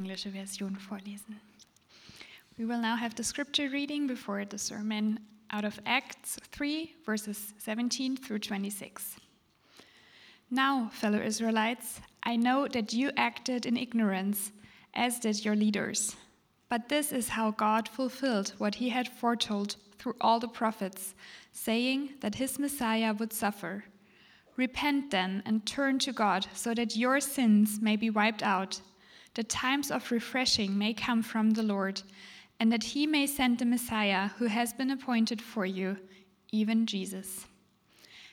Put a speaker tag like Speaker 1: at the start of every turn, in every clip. Speaker 1: englische Version vorlesen. We will now have the scripture reading before the sermon out of Acts 3, verses 17 through 26. Now, fellow Israelites, I know that you acted in ignorance, as did your leaders. But this is how God fulfilled what he had foretold through all the prophets, saying that his Messiah would suffer. Repent then and turn to God, so that your sins may be wiped out, that times of refreshing may come from the Lord, and that he may send the Messiah who has been appointed for you, even Jesus.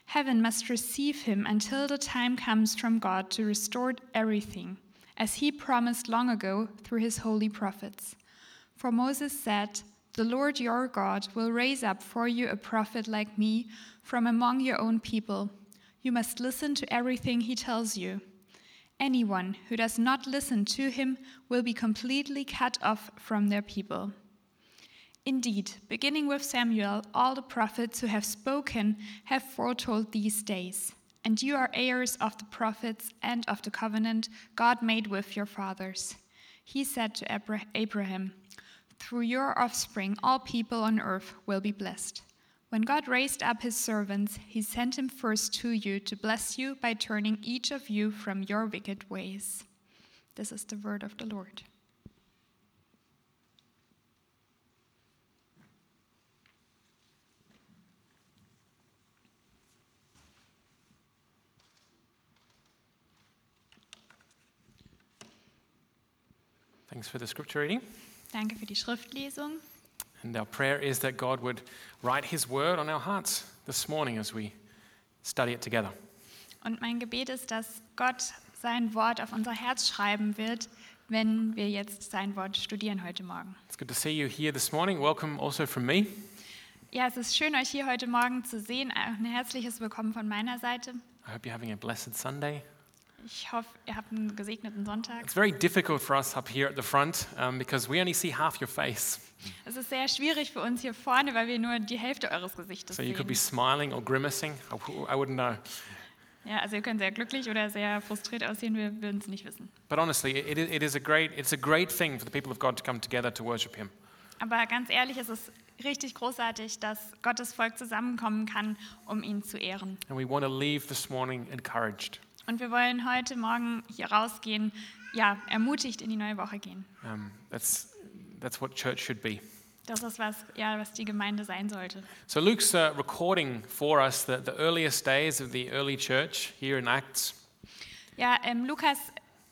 Speaker 1: Heaven must receive him until the time comes from God to restore everything, as he promised long ago through his holy prophets. For Moses said, The Lord your God will raise up for you a prophet like me from among your own people. You must listen to everything he tells you. Anyone who does not listen to him will be completely cut off from their people. Indeed, beginning with Samuel, all the prophets who have spoken have foretold these days, and you are heirs of the prophets and of the covenant God made with your fathers. He said to Abra- Abraham, Through your offspring, all people on earth will be blessed. When God raised up his servants, he sent him first to you to bless you by turning each of you from your wicked ways. This is the word of the Lord.
Speaker 2: Thanks for the scripture reading.
Speaker 1: Danke für die Schriftlesung.
Speaker 2: And our prayer is that God would write His word on our hearts this morning as we study it together.
Speaker 1: Und mein Gebet ist, dass Gott sein Wort auf unser Herz schreiben wird, wenn wir jetzt sein Wort studieren heute Morgen.
Speaker 2: It's good to see you here this morning. Welcome also from me.
Speaker 1: Ja, es ist schön, euch hier heute Morgen zu sehen. Ein herzliches Willkommen von meiner Seite.
Speaker 2: I hope you're having a blessed Sunday.
Speaker 1: Ich hoffe, ihr habt einen gesegneten Sonntag.
Speaker 2: It's very difficult for us up here at the front um, because we only see half your face.
Speaker 1: Es ist sehr schwierig für uns hier vorne, weil wir nur die Hälfte eures Gesichtes
Speaker 2: So you could be
Speaker 1: sehen.
Speaker 2: smiling or grimacing. I w- I wouldn't know.
Speaker 1: Ja, also ihr könnt sehr glücklich oder sehr frustriert aussehen, wir würden es nicht wissen.
Speaker 2: But honestly, it, it is a great, it's a great thing for the people of God to come together to worship Him.
Speaker 1: Aber ganz ehrlich, es ist richtig großartig, dass Gottes Volk zusammenkommen kann, um ihn zu ehren.
Speaker 2: And we want to leave this morning encouraged.
Speaker 1: Und wir wollen heute Morgen hier rausgehen, ja, ermutigt in die neue Woche gehen.
Speaker 2: Um, that's, that's what church should be.
Speaker 1: Das ist was, ja, was die Gemeinde sein sollte.
Speaker 2: So Luke's uh, recording for us the, the earliest days of the early church here in Acts.
Speaker 1: Ja, ähm, Lukas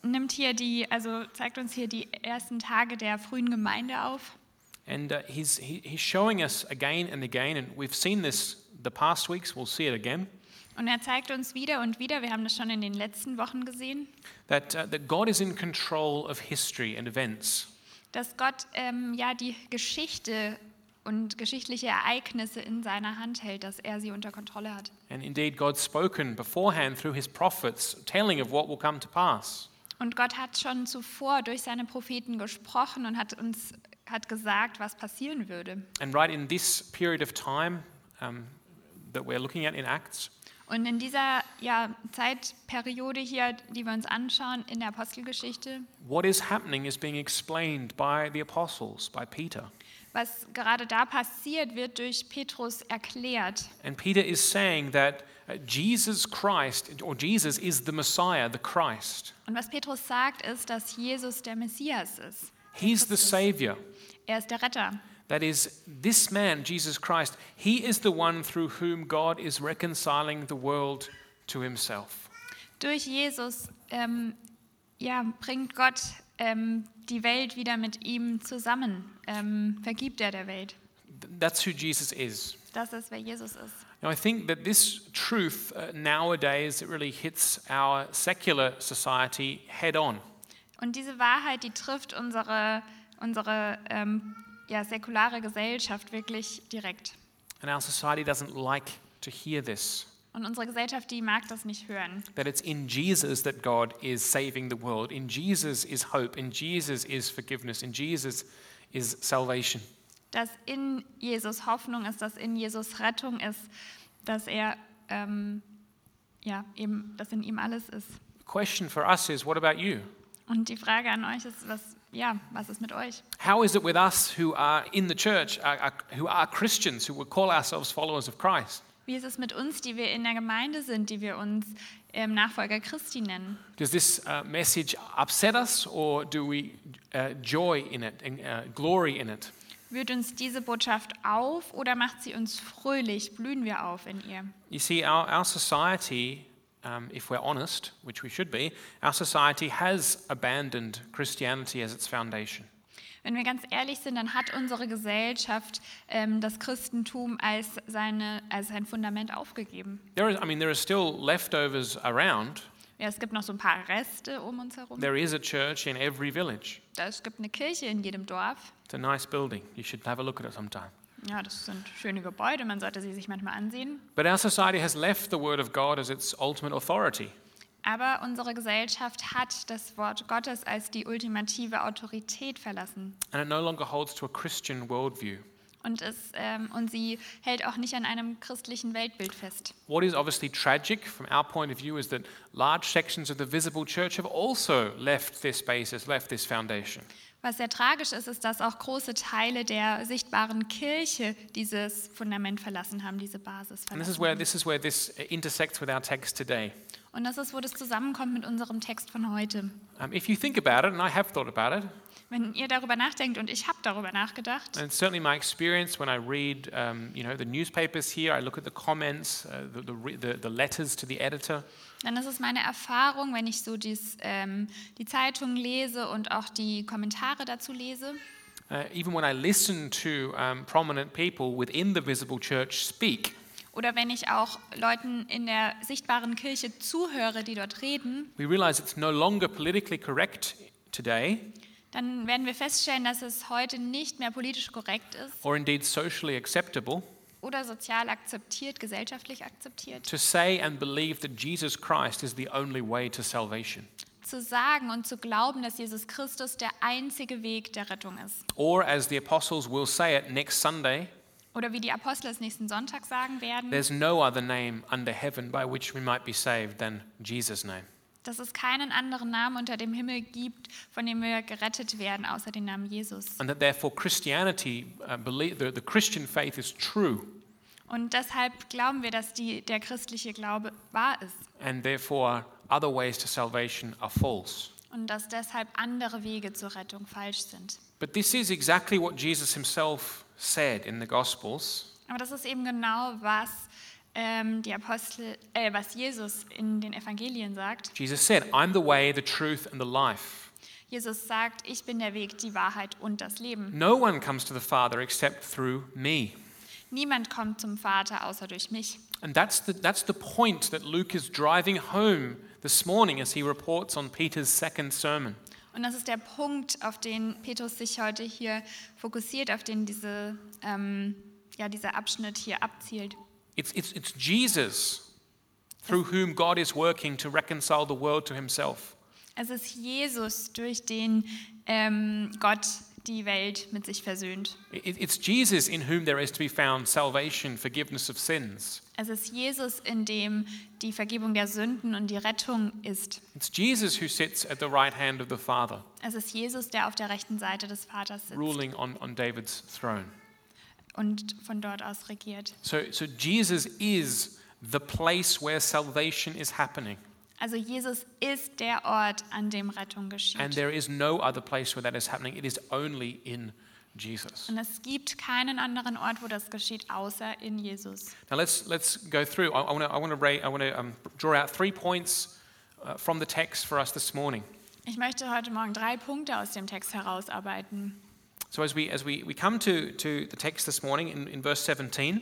Speaker 1: nimmt hier die, also zeigt uns hier die ersten Tage der frühen Gemeinde auf.
Speaker 2: And uh, he's, he, he's showing us again and again, and we've seen this the past weeks, we'll see it again,
Speaker 1: Und er zeigt uns wieder und wieder, wir haben das schon in den letzten Wochen gesehen,
Speaker 2: that, uh, that God is in control of history and events.
Speaker 1: dass Gott ähm, ja die Geschichte und geschichtliche Ereignisse in seiner Hand hält, dass er sie unter Kontrolle hat.
Speaker 2: And indeed, God's spoken beforehand through his prophets, telling of what will come to pass.
Speaker 1: Und Gott hat schon zuvor durch seine Propheten gesprochen und hat uns hat gesagt, was passieren würde.
Speaker 2: And right in this period of time um, that we're looking at in Acts,
Speaker 1: Und in dieser ja, Zeitperiode hier, die wir uns anschauen in der Apostelgeschichte,
Speaker 2: what is happening is being explained by the apostles, by Peter.
Speaker 1: was gerade da passiert, wird durch Petrus erklärt.
Speaker 2: And Peter is saying that uh, Jesus Christ, or Jesus is the Messiah, the Christ.
Speaker 1: Und was Petrus sagt, ist, dass Jesus der Messias ist.
Speaker 2: He's the Savior.
Speaker 1: Er ist der Retter.
Speaker 2: That is, this man, Jesus Christ, he is the one through whom God is reconciling the world to himself.
Speaker 1: Durch Jesus ähm, ja, bringt Gott ähm, die Welt wieder mit ihm zusammen, ähm, vergibt er der Welt.
Speaker 2: Th- That's who Jesus is.
Speaker 1: Das ist, wer Jesus ist.
Speaker 2: Now, I think that this truth uh, nowadays it really hits our secular society head on.
Speaker 1: Und diese Wahrheit, die trifft unsere, unsere ähm, ja, säkulare Gesellschaft wirklich direkt.
Speaker 2: And our society doesn't like to hear this
Speaker 1: Und unsere Gesellschaft, die mag das nicht hören.
Speaker 2: that it's in Jesus that God is saving the world. In Jesus is hope. In Jesus is forgiveness. In Jesus is salvation.
Speaker 1: dass in Jesus Hoffnung ist, dass in Jesus Rettung ist, dass er ähm, ja eben, dass in ihm alles ist.
Speaker 2: The question for us is what about you?
Speaker 1: Und die Frage an euch ist, was ja, was ist mit euch?
Speaker 2: How is it with us who are in the church, are, are, who are Christians, who would call ourselves followers of Christ?
Speaker 1: Wie ist es mit uns, die wir in der Gemeinde sind, die wir uns ähm, Nachfolger Christi nennen?
Speaker 2: Does this uh, message upset us, or do we uh, joy in it and uh, glory in it?
Speaker 1: Wühlt uns diese Botschaft auf oder macht sie uns fröhlich? Blühen wir auf in ihr?
Speaker 2: You see, our, our society, um, if we're honest, which we should be, our society has abandoned Christianity as its foundation.
Speaker 1: Wenn wir ganz ehrlich sind, dann hat unsere Gesellschaft ähm, das Christentum als, seine, als sein Fundament aufgegeben.
Speaker 2: There is, I mean, there are still leftovers around.
Speaker 1: Ja, es gibt noch so ein paar Reste um uns herum.
Speaker 2: There is a church in every village.
Speaker 1: Es gibt eine Kirche in jedem Dorf.
Speaker 2: It's a nice building. You should have a look at it sometime.
Speaker 1: Ja, das sind schöne Gebäude, man sollte sie sich manchmal ansehen.
Speaker 2: But our society has left the Word of God as its ultimate authority.
Speaker 1: Aber unsere Gesellschaft hat das Wort Gottes als die ultimative Autorität verlassen.
Speaker 2: and it no longer holds to a Christian worldview.
Speaker 1: Und, es, ähm, und sie hält auch nicht an einem christlichen Weltbild fest.
Speaker 2: What is obviously tragic from our point of view is that large sections of the visible church have also left this basis, left this foundation.
Speaker 1: Was sehr tragisch ist, ist, dass auch große Teile der sichtbaren Kirche dieses Fundament verlassen haben, diese Basis
Speaker 2: And this is
Speaker 1: verlassen.
Speaker 2: where this is where this intersects with our text today.
Speaker 1: Und das ist, wo das zusammenkommt mit unserem Text von heute.
Speaker 2: Um, if you think about it, and I have thought about it,
Speaker 1: Wenn ihr darüber nachdenkt, und ich habe darüber nachgedacht,
Speaker 2: and certainly my experience when I read, um, you know, the newspapers here, I look at the comments, uh, the, the, re- the, the letters to the editor.
Speaker 1: dann ist es meine Erfahrung, wenn ich so dies, ähm, die Zeitung lese und auch die Kommentare dazu lese,
Speaker 2: Uh, even when I listen to um, prominent people within the visible church speak,
Speaker 1: oder wenn ich auch Leuten in der sichtbaren Kirche zuhöre, die dort reden,
Speaker 2: we realize it's no longer politically correct today
Speaker 1: dann werden wir feststellen, dass es heute nicht mehr politisch korrekt ist
Speaker 2: or indeed socially acceptable
Speaker 1: oder sozial akzeptiert, gesellschaftlich akzeptiert,
Speaker 2: to say and believe that Jesus Christ is the only way to salvation,
Speaker 1: zu sagen und zu glauben, dass Jesus Christus der einzige Weg der Rettung ist.
Speaker 2: or as the apostles will say it next Sunday,
Speaker 1: Oder wie die Apostel es nächsten Sonntag sagen werden,
Speaker 2: there's no other name under heaven by which we might be saved than Jesus' name.
Speaker 1: dass es keinen anderen Namen unter dem Himmel gibt, von dem wir gerettet werden, außer den Namen Jesus.
Speaker 2: And that therefore Christianity, uh, believe, the, the Christian faith is true,
Speaker 1: Und deshalb glauben wir, dass die, der christliche Glaube wahr ist
Speaker 2: and therefore other ways to salvation are false.
Speaker 1: und dass deshalb andere Wege zur Rettung falsch sind.
Speaker 2: But this is exactly what Jesus himself said in the Gospels.
Speaker 1: Aber das ist eben genau, was ähm, die Apostel, äh, was Jesus in den Evangelien sagt.
Speaker 2: Jesus said, I'm the way, the truth, and the life.
Speaker 1: Jesus sagt, ich bin der Weg, die Wahrheit und das Leben.
Speaker 2: No one comes to the Father except through me.
Speaker 1: Niemand kommt zum Vater außer durch mich.
Speaker 2: And that's the, that's the point that Luke is driving home this morning as he reports on Peter's second sermon.
Speaker 1: Und das ist der Punkt, auf den Petrus sich heute hier fokussiert, auf den diese, ähm, ja, dieser Abschnitt hier abzielt.
Speaker 2: It's, it's, it's Jesus through whom God is working to reconcile the world to himself.
Speaker 1: Es ist Jesus, durch den ähm, Gott die Welt mit sich versöhnt.
Speaker 2: It, it's Jesus in whom there is to be found salvation, forgiveness of sins.
Speaker 1: Es ist Jesus, in dem die Vergebung der Sünden und die Rettung ist.
Speaker 2: It's Jesus who sits at the right hand of the Father,
Speaker 1: Es ist Jesus, der auf der rechten Seite des Vaters sitzt
Speaker 2: ruling on, on David's throne.
Speaker 1: und von dort aus regiert.
Speaker 2: So, so Jesus is the place where salvation is happening,
Speaker 1: Also Jesus ist der Ort, an dem Rettung
Speaker 2: and
Speaker 1: geschieht.
Speaker 2: there is no other place where that is happening. It is only in Jesus.
Speaker 1: Und es gibt keinen anderen Ort, wo das geschieht, außer in Jesus.
Speaker 2: Now let's let's go through. I want to I want to I want to um, draw out three points uh, from the text for us this morning.
Speaker 1: Ich möchte heute Morgen drei Punkte aus dem Text herausarbeiten.
Speaker 2: So as we as we, we come to to the text this morning in, in verse 17,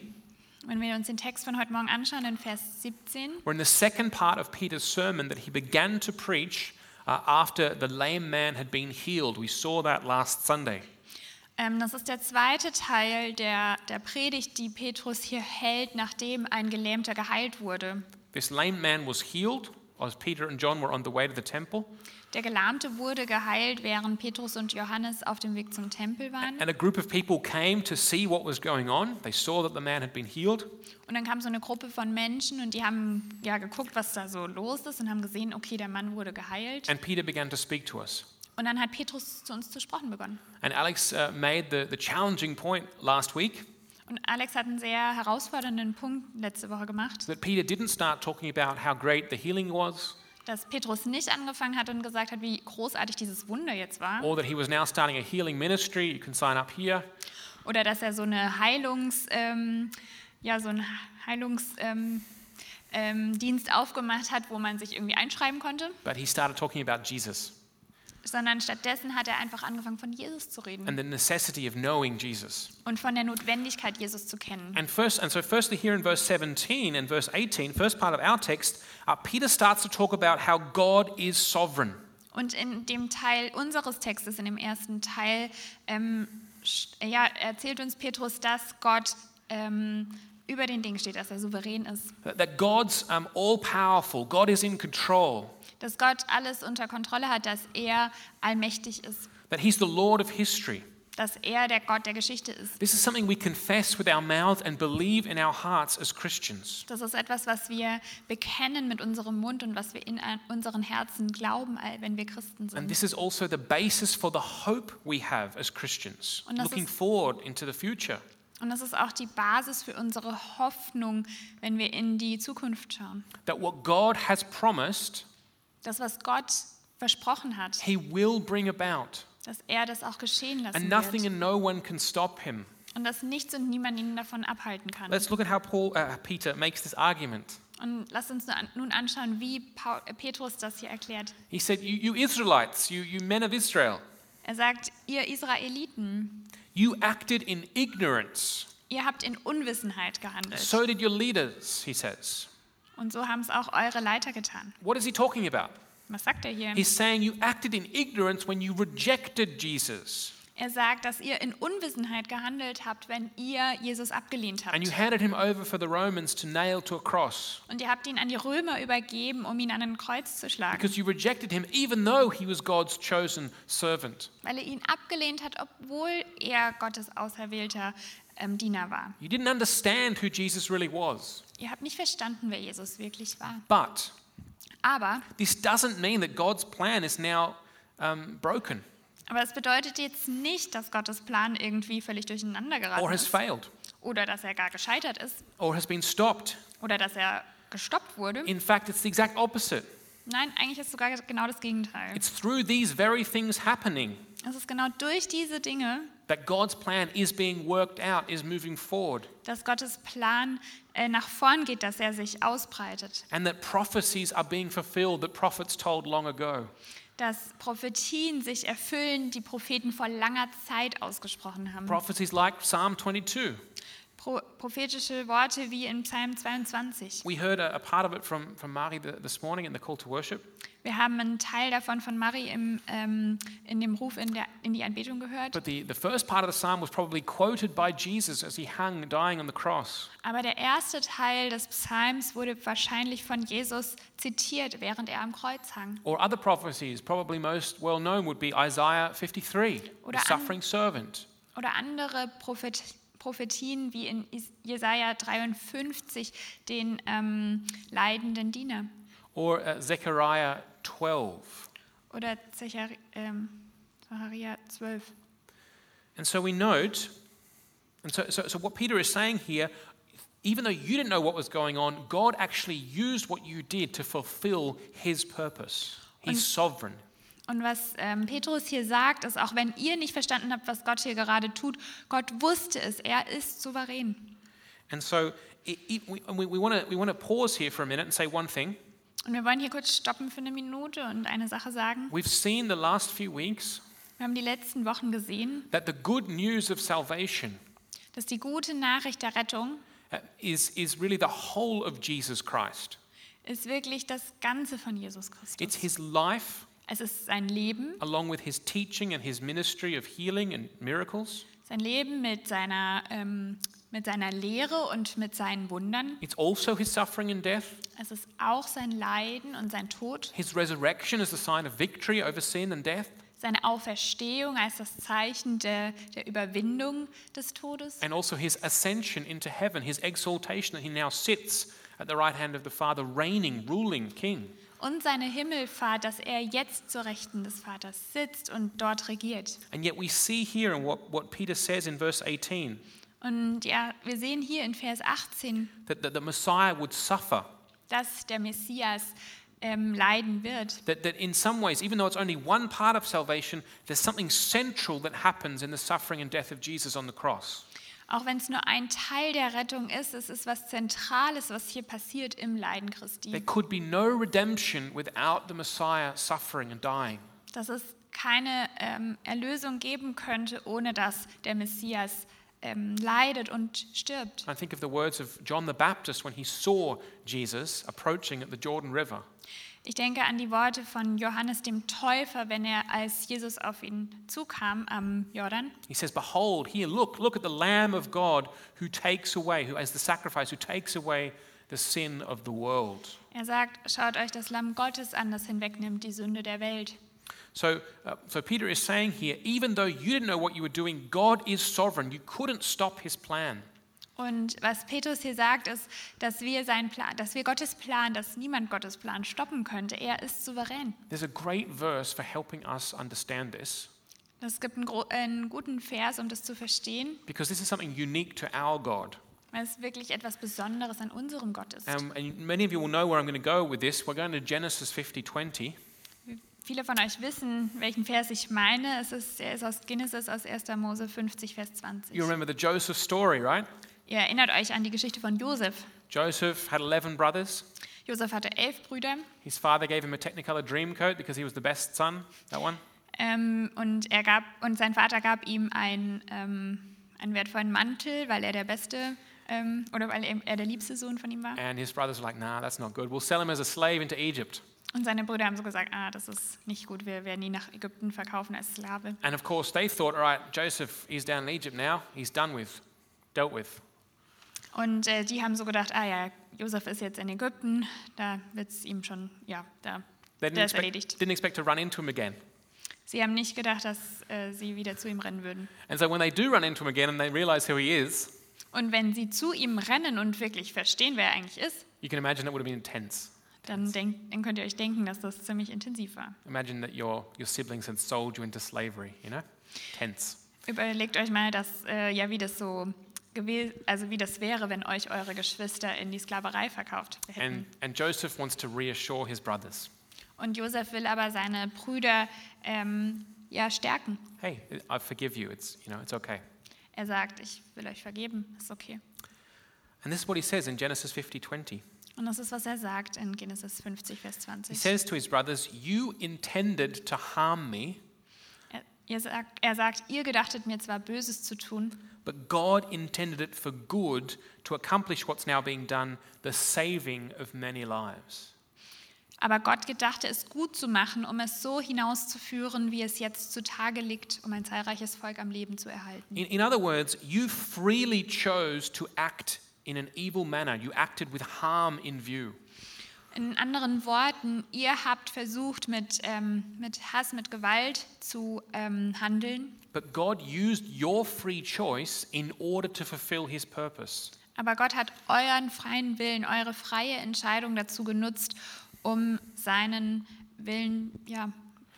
Speaker 1: Wenn wir uns den Text von heute Morgen anschauen, in Vers 17,
Speaker 2: we're in the second part of Peter's sermon that he began to preach uh, after the lame man had been healed. We saw that last Sunday.
Speaker 1: ähm, das ist der zweite Teil der, der Predigt, die Petrus hier hält, nachdem ein Gelähmter geheilt wurde.
Speaker 2: This lame man was healed as Peter and John were on the way to the temple,
Speaker 1: Der Gelähmte wurde geheilt, während Petrus und Johannes auf dem Weg zum Tempel waren.
Speaker 2: and a group of people came to see what was going on. They saw that the man had been healed,
Speaker 1: Und dann kam so eine Gruppe von Menschen und die haben ja geguckt, was da so los ist und haben gesehen, okay, der Mann wurde geheilt.
Speaker 2: and Peter began to speak to us.
Speaker 1: Und dann hat Petrus zu uns zu sprechen begonnen.
Speaker 2: And Alex uh, made the, the challenging point last week
Speaker 1: Und Alex hat einen sehr herausfordernden Punkt letzte Woche gemacht,
Speaker 2: that Peter didn't start talking about how great the healing was,
Speaker 1: dass Petrus nicht angefangen hat und gesagt hat, wie großartig dieses Wunder jetzt war.
Speaker 2: or that he was now starting a healing ministry. You can sign up here.
Speaker 1: Oder dass er so eine Heilungs, ähm, ja, so einen Heilungsdienst ähm, ähm, Dienst aufgemacht hat, wo man sich irgendwie einschreiben konnte,
Speaker 2: But he started talking about Jesus
Speaker 1: sondern stattdessen hat er einfach angefangen, von Jesus zu reden
Speaker 2: and the necessity of knowing Jesus.
Speaker 1: und von der Notwendigkeit, Jesus zu kennen.
Speaker 2: And first, and so firstly here in verse 17 and verse 18, first part of our text, uh, Peter starts to talk about how God is sovereign.
Speaker 1: Und in dem Teil unseres Textes, in dem ersten Teil, ähm, sch- ja, erzählt uns Petrus, dass Gott ähm, über den Dingen steht, dass er souverän ist,
Speaker 2: That that God's um, all powerful, God is in control,
Speaker 1: dass Gott alles unter Kontrolle hat, dass er allmächtig ist,
Speaker 2: that He's the Lord of history.
Speaker 1: dass er der Gott der Geschichte ist.
Speaker 2: This is something we confess with our mouths and believe in our hearts as Christians.
Speaker 1: Das ist etwas, was wir bekennen mit unserem Mund und was wir in an- unseren Herzen glauben, all- wenn wir Christen
Speaker 2: And
Speaker 1: sind.
Speaker 2: this is also the basis for the hope we have as Christians,
Speaker 1: Und das
Speaker 2: looking
Speaker 1: ist-
Speaker 2: forward into the future.
Speaker 1: Und das ist auch die Basis für unsere Hoffnung, wenn wir in die Zukunft schauen.
Speaker 2: That what God has promised,
Speaker 1: Das, was Gott versprochen hat.
Speaker 2: He will bring about,
Speaker 1: dass er das auch geschehen lassen
Speaker 2: and nothing
Speaker 1: wird
Speaker 2: and no one can stop Him.
Speaker 1: und dass nichts und niemand ihn davon abhalten kann.
Speaker 2: Let's look at how Paul, uh, Peter makes this argument.
Speaker 1: Und lasst uns nu- nun anschauen, wie Paul, äh, Petrus das hier erklärt.
Speaker 2: He said, you, you Israelites, you, you men of Israel,
Speaker 1: Er sagt, ihr Israeliten,
Speaker 2: you acted in ignorance.
Speaker 1: ihr habt in Unwissenheit gehandelt.
Speaker 2: So did your leaders, he says.
Speaker 1: und so haben es auch eure Leiter getan.
Speaker 2: What is he talking about?
Speaker 1: Was sagt er hier?
Speaker 2: He's saying you acted in ignorance when you rejected Jesus
Speaker 1: Er sagt, dass ihr in Unwissenheit gehandelt habt, wenn ihr Jesus abgelehnt
Speaker 2: and you
Speaker 1: habt.
Speaker 2: handed him over for the Romans to nail to a cross
Speaker 1: Und ihr habt ihn an die Römer übergeben, um ihn an ein Kreuz zu schlagen,
Speaker 2: because you rejected him even though he was God's chosen servant.
Speaker 1: weil ihr ihn abgelehnt habt, obwohl er Gottes auserwählter ähm, Diener war.
Speaker 2: You didn't understand who Jesus really was.
Speaker 1: Ihr habt nicht verstanden, wer Jesus wirklich war.
Speaker 2: But
Speaker 1: Aber,
Speaker 2: this doesn't mean that God's plan is now um, broken
Speaker 1: aber das bedeutet jetzt nicht, dass Gottes Plan irgendwie völlig durcheinander
Speaker 2: or
Speaker 1: geraten
Speaker 2: has
Speaker 1: ist
Speaker 2: failed.
Speaker 1: oder dass er gar gescheitert ist
Speaker 2: or has been stopped.
Speaker 1: oder dass er gestoppt wurde.
Speaker 2: In fact, it's the exact opposite.
Speaker 1: Nein, eigentlich ist sogar genau das Gegenteil.
Speaker 2: It's through these very things happening
Speaker 1: Es ist genau durch diese Dinge,
Speaker 2: that God's plan is being worked out, is moving forward,
Speaker 1: dass Gottes Plan äh, nach vorn geht, dass er sich ausbreitet,
Speaker 2: and that prophecies are being fulfilled that prophets told long ago.
Speaker 1: dass Prophetien sich erfüllen, die Propheten vor langer Zeit ausgesprochen haben.
Speaker 2: Prophecies like Psalm 22.
Speaker 1: Pro prophetische Worte wie in Psalm 22.
Speaker 2: We heard a, a part of it from, from Mari th- this morning in the call to worship.
Speaker 1: Wir haben einen Teil davon von Marie im, ähm, in dem Ruf in, der, in die Anbetung gehört.
Speaker 2: But the, the first part of the psalm was probably quoted by Jesus as he hung dying on the cross.
Speaker 1: Aber der erste Teil des Psalms wurde wahrscheinlich von Jesus zitiert, während er am Kreuz hang.
Speaker 2: Or other prophecies, probably most well known, would be Isaiah 53,
Speaker 1: Oder
Speaker 2: the
Speaker 1: an-
Speaker 2: suffering servant.
Speaker 1: Oder andere Prophet, Prophetien wie in Is- Jesaja 53, den ähm, leidenden Diener.
Speaker 2: or uh, Zechariah 12.
Speaker 1: Oder Zechari ähm, Zachariah 12.
Speaker 2: And so we note, and so, so, so what Peter is saying here, even though you didn't know what was going on, God actually used what you did to fulfill his purpose. He's
Speaker 1: Und-
Speaker 2: sovereign.
Speaker 1: Und was ähm, Petrus hier sagt, ist, auch wenn ihr nicht verstanden habt, was Gott hier gerade tut, Gott wusste es, er ist souverän.
Speaker 2: And so it, it, we, and we, we want to we wanna pause here for a minute and say one thing.
Speaker 1: Und wir wollen hier kurz stoppen für eine Minute und eine Sache sagen.
Speaker 2: We've seen the last few weeks
Speaker 1: Wir haben die letzten Wochen gesehen,
Speaker 2: that the good news of salvation
Speaker 1: dass die gute Nachricht der Rettung
Speaker 2: uh, is, is really the whole of Jesus Christ.
Speaker 1: ist wirklich das Ganze von Jesus Christus.
Speaker 2: It's his life
Speaker 1: Es ist sein Leben,
Speaker 2: along with his teaching and his ministry of healing and miracles.
Speaker 1: sein Leben mit seiner, ähm, mit seiner Lehre und mit seinen Wundern.
Speaker 2: It's also his suffering and death.
Speaker 1: Es ist auch sein Leiden und sein Tod,
Speaker 2: His resurrection is the sign of victory over sin and death,
Speaker 1: seine Auferstehung als das Zeichen der, der Überwindung des Todes
Speaker 2: and also his ascension into heaven, his exaltation that he now sits at the right hand of the Father, reigning, ruling, king.
Speaker 1: und seine Himmelfahrt, dass er jetzt zur Rechten des Vaters sitzt und dort regiert.
Speaker 2: And yet we see here in what, what Peter says in verse 18
Speaker 1: Und ja, wir sehen hier in Vers 18,
Speaker 2: that, that the Messiah would suffer.
Speaker 1: dass der Messias ähm, leiden wird.
Speaker 2: That, that in some ways, even though it's only one part of salvation, there's something central that happens in the suffering and death of Jesus on the cross.
Speaker 1: Auch wenn es nur ein Teil der Rettung ist, es ist was Zentrales, was hier passiert im Leiden
Speaker 2: There
Speaker 1: Christi.
Speaker 2: could be no redemption without the Messiah suffering and dying.
Speaker 1: Dass es keine ähm, Erlösung geben könnte, ohne dass der Messias ähm, leidet und stirbt.
Speaker 2: I think of the words of John the Baptist when he saw Jesus approaching at the Jordan River.
Speaker 1: Ich denke an die Worte von Johannes dem Täufer, wenn er als Jesus auf ihn zukam am Jordan.
Speaker 2: He says, Behold, here, look, look at the Lamb of God who takes away, who as the sacrifice, who takes away the sin of the world.
Speaker 1: Er sagt, schaut euch das Lamm Gottes an, das hinwegnimmt die Sünde der Welt.
Speaker 2: So, uh, so Peter is saying here, even though you didn't know what you were doing, God is sovereign. You couldn't stop his plan.
Speaker 1: Und was Petrus hier sagt, ist, dass wir, seinen Plan, dass wir Gottes Plan, dass niemand Gottes Plan stoppen könnte. Er ist souverän.
Speaker 2: There's a great verse for helping us understand this,
Speaker 1: Es gibt einen, gro- äh, einen guten Vers, um das zu verstehen,
Speaker 2: because this is something unique to our God.
Speaker 1: weil es wirklich etwas Besonderes an unserem Gott ist.
Speaker 2: Um, and many of you will know where I'm going to go with this. We're going to Genesis 50 20.
Speaker 1: Viele von euch wissen, welchen Vers ich meine. Es ist, er ist aus Genesis, aus 1. Mose 50, Vers 20.
Speaker 2: You remember the Joseph story, right?
Speaker 1: Ihr erinnert euch an die Geschichte von Josef.
Speaker 2: Joseph had 11 brothers.
Speaker 1: Josef hatte elf Brüder
Speaker 2: His father gave him a Technicolor dream coat because he was the best son. That one.
Speaker 1: ähm, und, er gab, und sein Vater gab ihm einen, ähm, einen wertvollen Mantel, weil er der beste ähm, oder weil er er der liebste Sohn von ihm war.
Speaker 2: And his brothers were like, nah, that's not good. We'll sell him as a slave into Egypt.
Speaker 1: Und seine Brüder haben so gesagt, ah, das ist nicht gut, wir werden ihn nach Ägypten verkaufen als Sklave.
Speaker 2: And of course, they thought, all right, Joseph, he's down in Egypt now. He's done with, dealt with.
Speaker 1: Und äh, die haben so gedacht, ah ja, Josef ist jetzt in Ägypten, da wird es ihm schon, ja, da,
Speaker 2: They
Speaker 1: der
Speaker 2: didn't
Speaker 1: ist
Speaker 2: expect,
Speaker 1: erledigt.
Speaker 2: didn't expect to run into him again.
Speaker 1: Sie haben nicht gedacht, dass äh, sie wieder zu ihm rennen würden.
Speaker 2: And so when they do run into him again and they realize who he is,
Speaker 1: Und wenn sie zu ihm rennen und wirklich verstehen, wer er eigentlich ist,
Speaker 2: you can imagine that would have been intense.
Speaker 1: dann, denkt, dann könnt ihr euch denken, dass das ziemlich intensiv war.
Speaker 2: Imagine that your, your siblings had sold you into slavery, you know? Tense.
Speaker 1: Überlegt euch mal, dass, äh, ja, wie das so gewesen, also wie das wäre, wenn euch eure Geschwister in die Sklaverei verkauft hätten.
Speaker 2: And, and Joseph wants to reassure his brothers
Speaker 1: Und Josef will aber seine Brüder ähm, ja stärken.
Speaker 2: hey, I forgive you. It's, you know, it's okay.
Speaker 1: Er sagt, ich will euch vergeben, ist okay.
Speaker 2: And this is what he says in Genesis 50 20.
Speaker 1: Und das ist, was er sagt in Genesis 50, Vers
Speaker 2: He
Speaker 1: 20.
Speaker 2: says to his brothers, You intended to harm me,
Speaker 1: Er, ihr sagt, er sagt, ihr gedachtet mir zwar Böses zu tun,
Speaker 2: but God intended it for good to accomplish what's now being done, the saving of many lives.
Speaker 1: aber Gott gedachte es gut zu machen, um es so hinauszuführen, wie es jetzt zutage liegt, um ein zahlreiches Volk am Leben zu erhalten.
Speaker 2: In, in other words, you freely chose to act in an evil manner. You acted with harm in view.
Speaker 1: In anderen Worten, ihr habt versucht, mit, ähm, mit Hass, mit Gewalt zu ähm, handeln,
Speaker 2: But God used your free choice in order to fulfill his purpose.
Speaker 1: Aber Gott hat euren freien Willen, eure freie Entscheidung dazu genutzt, um seinen Willen ja,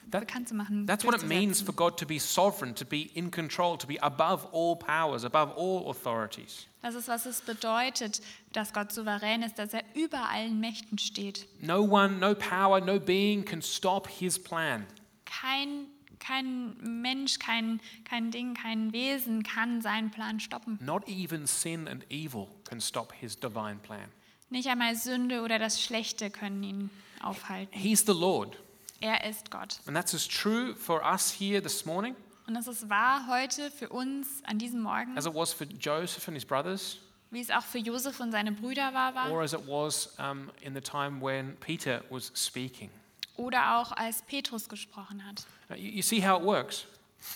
Speaker 2: That-
Speaker 1: bekannt zu machen.
Speaker 2: That's what it
Speaker 1: durchzusetzen.
Speaker 2: means for God to be sovereign, to be in control, to be above all powers, above all authorities.
Speaker 1: Das ist, was es bedeutet, dass Gott souverän ist, dass er über allen Mächten steht.
Speaker 2: No one, no power, no being can stop his plan.
Speaker 1: Kein, kein Mensch, kein, kein Ding, kein Wesen kann seinen Plan stoppen.
Speaker 2: Not even sin and evil can stop his divine plan.
Speaker 1: Nicht einmal Sünde oder das Schlechte können ihn aufhalten.
Speaker 2: He's the Lord.
Speaker 1: Er ist Gott.
Speaker 2: And that's as true for us here this morning
Speaker 1: Und das ist wahr heute für uns an diesem Morgen,
Speaker 2: as it was for Joseph and his brothers,
Speaker 1: wie es auch für Josef und seine Brüder war. war.
Speaker 2: or as it was um, in the time when Peter was speaking.
Speaker 1: Oder auch als Petrus gesprochen hat.
Speaker 2: Now, You, you see how it works.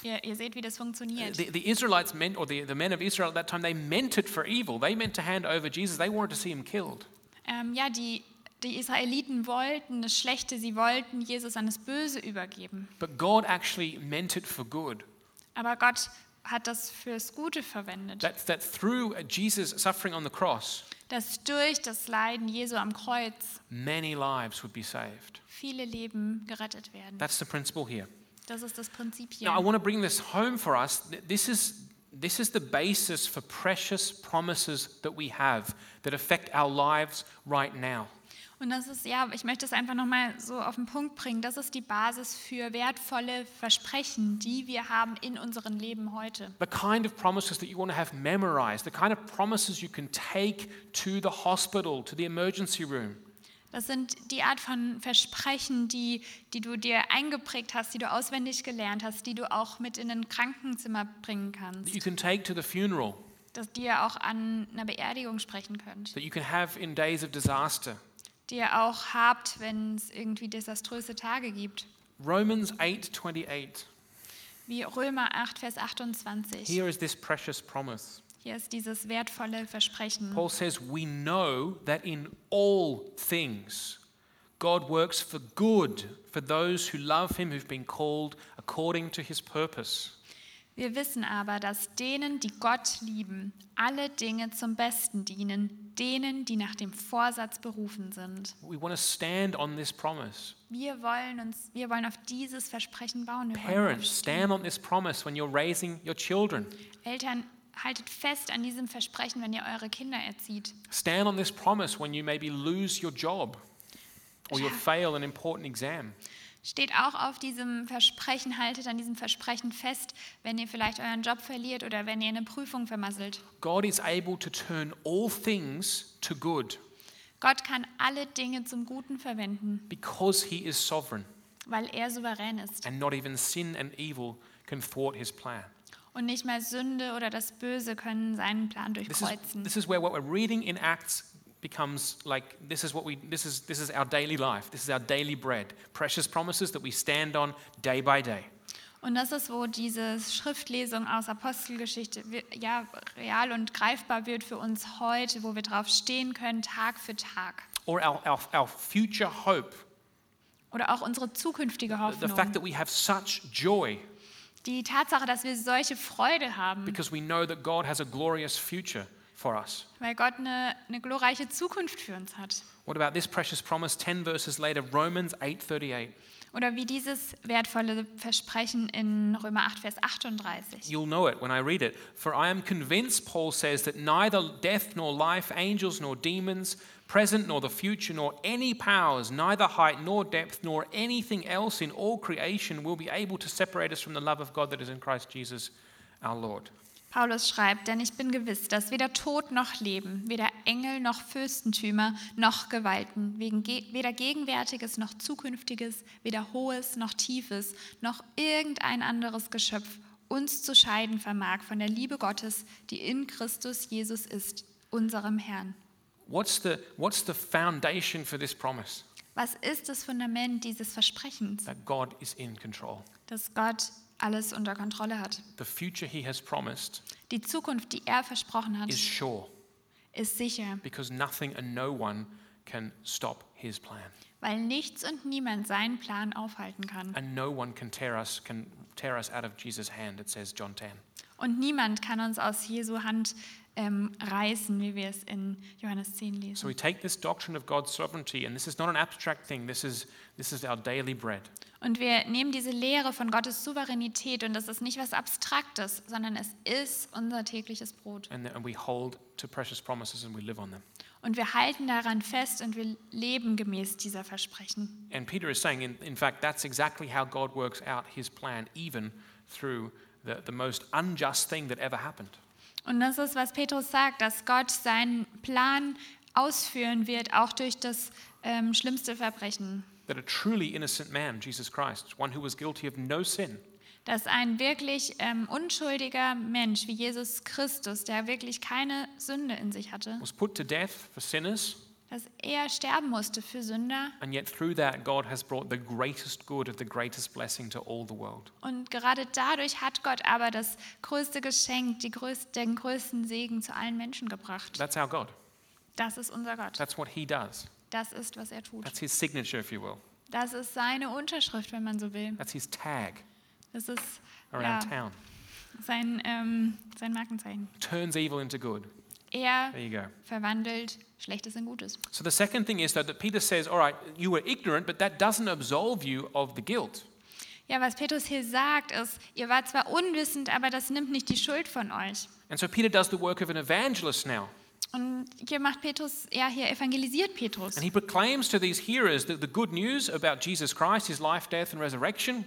Speaker 1: Ihr, ihr seht, wie das funktioniert.
Speaker 2: The, the Israelites meant, or the, the men of Israel at that time, they meant it for evil. They meant to hand over Jesus. They wanted to see him killed.
Speaker 1: Ähm, ja, die, die Israeliten wollten das Schlechte, sie wollten Jesus an das Böse übergeben.
Speaker 2: But God actually meant it for good.
Speaker 1: Aber Gott hat das fürs Gute verwendet.
Speaker 2: That, that through Jesus' suffering on the cross,
Speaker 1: dass durch das Leiden Jesu am Kreuz
Speaker 2: many lives would be saved.
Speaker 1: viele Leben gerettet werden.
Speaker 2: That's the principle here.
Speaker 1: Das ist das Prinzip
Speaker 2: Now, I
Speaker 1: hier.
Speaker 2: want to bring this home for us. Th- This is, this is the basis for precious promises that we have that affect our lives right now.
Speaker 1: Und das ist, ja, ich möchte es einfach nochmal so auf den Punkt bringen. Das ist die Basis für wertvolle Versprechen, die wir haben in unserem Leben heute.
Speaker 2: The kind of promises that you want to have memorized, the kind of promises you can take to the hospital, to the emergency room.
Speaker 1: Das sind die Art von Versprechen, die, die du dir eingeprägt hast, die du auswendig gelernt hast, die du auch mit in ein Krankenzimmer bringen
Speaker 2: that
Speaker 1: kannst,
Speaker 2: you can take to the funeral,
Speaker 1: dass die ihr auch an einer Beerdigung sprechen könnt,
Speaker 2: that you can have in days of disaster.
Speaker 1: die ihr auch habt, wenn es irgendwie desaströse Tage gibt.
Speaker 2: Romans 8:28.
Speaker 1: Wie Römer 8, Vers 28.
Speaker 2: Here is this precious promise.
Speaker 1: Hier ist dieses wertvolle Versprechen.
Speaker 2: Paul says, "We know that in all things God works for good for those who love him who've been called according to his purpose."
Speaker 1: Wir wissen aber, dass denen, die Gott lieben, alle Dinge zum Besten dienen, denen, die nach dem Vorsatz berufen sind.
Speaker 2: We want to stand on this promise.
Speaker 1: Wir wollen uns, wir wollen auf dieses Versprechen bauen. Wir wollen
Speaker 2: Parents, stand on this promise when you're raising your children.
Speaker 1: auf- Eltern, haltet fest an diesem Versprechen, wenn ihr eure Kinder erzieht.
Speaker 2: Stand on this promise when you maybe lose your job or you
Speaker 1: Yeah.
Speaker 2: fail an important exam.
Speaker 1: Steht auch auf diesem Versprechen, haltet an diesem Versprechen fest, wenn ihr vielleicht euren Job verliert oder wenn ihr eine Prüfung vermasselt.
Speaker 2: God is able to turn all things to good
Speaker 1: Gott kann alle Dinge zum Guten verwenden,
Speaker 2: because he is sovereign,
Speaker 1: weil er souverän ist
Speaker 2: and not even sin and evil can thwart his plan.
Speaker 1: und nicht mal Sünde oder das Böse können seinen Plan
Speaker 2: This is,
Speaker 1: durchkreuzen.
Speaker 2: this is where what we're reading in Acts becomes like this is what we this is this is our daily life this is our daily bread precious promises that we stand on day by day
Speaker 1: Und das ist, wo diese Schriftlesung aus Apostelgeschichte wir- ja, real und greifbar wird für uns heute, wo wir drauf stehen können, Tag für Tag.
Speaker 2: or our, our, our future hope
Speaker 1: Oder auch unsere zukünftige
Speaker 2: the fact
Speaker 1: Hoffnung.
Speaker 2: that we have such joy
Speaker 1: Die Tatsache, dass wir solche Freude haben,
Speaker 2: because we know that god has a glorious future for us
Speaker 1: weil Gott eine, eine glorreiche Zukunft für uns hat.
Speaker 2: what about this precious promise 10 verses later romans 8:38
Speaker 1: Oder wie dieses wertvolle Versprechen in Römer 8, Vers 38.
Speaker 2: You'll know it when I read it. For I am convinced, Paul says, that neither death nor life, angels nor demons, present nor the future, nor any powers, neither height nor depth, nor anything else in all creation will be able to separate us from the love of God that is in Christ Jesus our Lord.
Speaker 1: Paulus schreibt, denn ich bin gewiss, dass weder Tod noch Leben, weder Engel noch Fürstentümer noch Gewalten, wegen ge weder Gegenwärtiges noch Zukünftiges, weder Hohes noch Tiefes, noch irgendein anderes Geschöpf uns zu scheiden vermag von der Liebe Gottes, die in Christus Jesus ist, unserem Herrn.
Speaker 2: What's the, what's the foundation for this promise?
Speaker 1: Was ist das Fundament dieses Versprechens,
Speaker 2: That God is in control.
Speaker 1: dass Gott alles unter Kontrolle hat?
Speaker 2: The future he has promised
Speaker 1: Die Zukunft, die er versprochen hat,
Speaker 2: is sure
Speaker 1: ist sicher.
Speaker 2: because nothing and no one can stop his plan.
Speaker 1: weil nichts und niemand seinen Plan aufhalten kann.
Speaker 2: and no one can tear us can tear us out of Jesus' hand. It says John 10.
Speaker 1: Und niemand kann uns aus Jesu Hand ähm, reißen, wie wir es in Johannes 10
Speaker 2: So
Speaker 1: lesen.
Speaker 2: we take this doctrine of God's sovereignty, and this is not an abstract thing. This is this is our daily bread.
Speaker 1: Und wir nehmen diese Lehre von Gottes Souveränität und das ist nicht was Abstraktes, sondern es ist unser tägliches Brot.
Speaker 2: And, and we hold to precious promises and we live on them.
Speaker 1: Und wir halten daran fest und wir leben gemäß dieser Versprechen.
Speaker 2: And Peter is saying, in, in fact, that's exactly how God works out his plan, even through the, the most unjust thing that ever happened.
Speaker 1: Und das ist, was Petrus sagt, dass Gott seinen Plan ausführen wird, auch durch das ähm, schlimmste Verbrechen.
Speaker 2: That a truly innocent man, Jesus Christ, one who was guilty of no sin,
Speaker 1: dass ein wirklich ähm, unschuldiger Mensch wie Jesus Christus, der wirklich keine Sünde in sich hatte,
Speaker 2: was put to death for sinners,
Speaker 1: dass er sterben musste für Sünder
Speaker 2: and yet through that, God has brought the greatest good of the greatest blessing to all the world.
Speaker 1: und gerade dadurch hat Gott aber das größte Geschenk, die größ den größten Segen zu allen Menschen gebracht.
Speaker 2: That's our God.
Speaker 1: Das ist unser Gott.
Speaker 2: That's what He does.
Speaker 1: Das ist, was er tut.
Speaker 2: That's His signature, if you will.
Speaker 1: Das ist seine Unterschrift, wenn man so will.
Speaker 2: That's His tag
Speaker 1: Das ist
Speaker 2: around
Speaker 1: ja,
Speaker 2: town.
Speaker 1: sein, ähm, sein Markenzeichen.
Speaker 2: Turns evil into good.
Speaker 1: Er
Speaker 2: There you go.
Speaker 1: verwandelt Schlechtes in Gutes.
Speaker 2: So the second thing is though that Peter says, all right, you were ignorant, but that doesn't absolve you of the guilt.
Speaker 1: Ja, was Petrus hier sagt, ist, ihr wart zwar unwissend, aber das nimmt nicht die Schuld von euch.
Speaker 2: And so Peter does the work of an evangelist now.
Speaker 1: Und hier macht Petrus, ja, hier evangelisiert Petrus.
Speaker 2: And he proclaims to these hearers the, the good news about Jesus Christ, his life, death, and resurrection.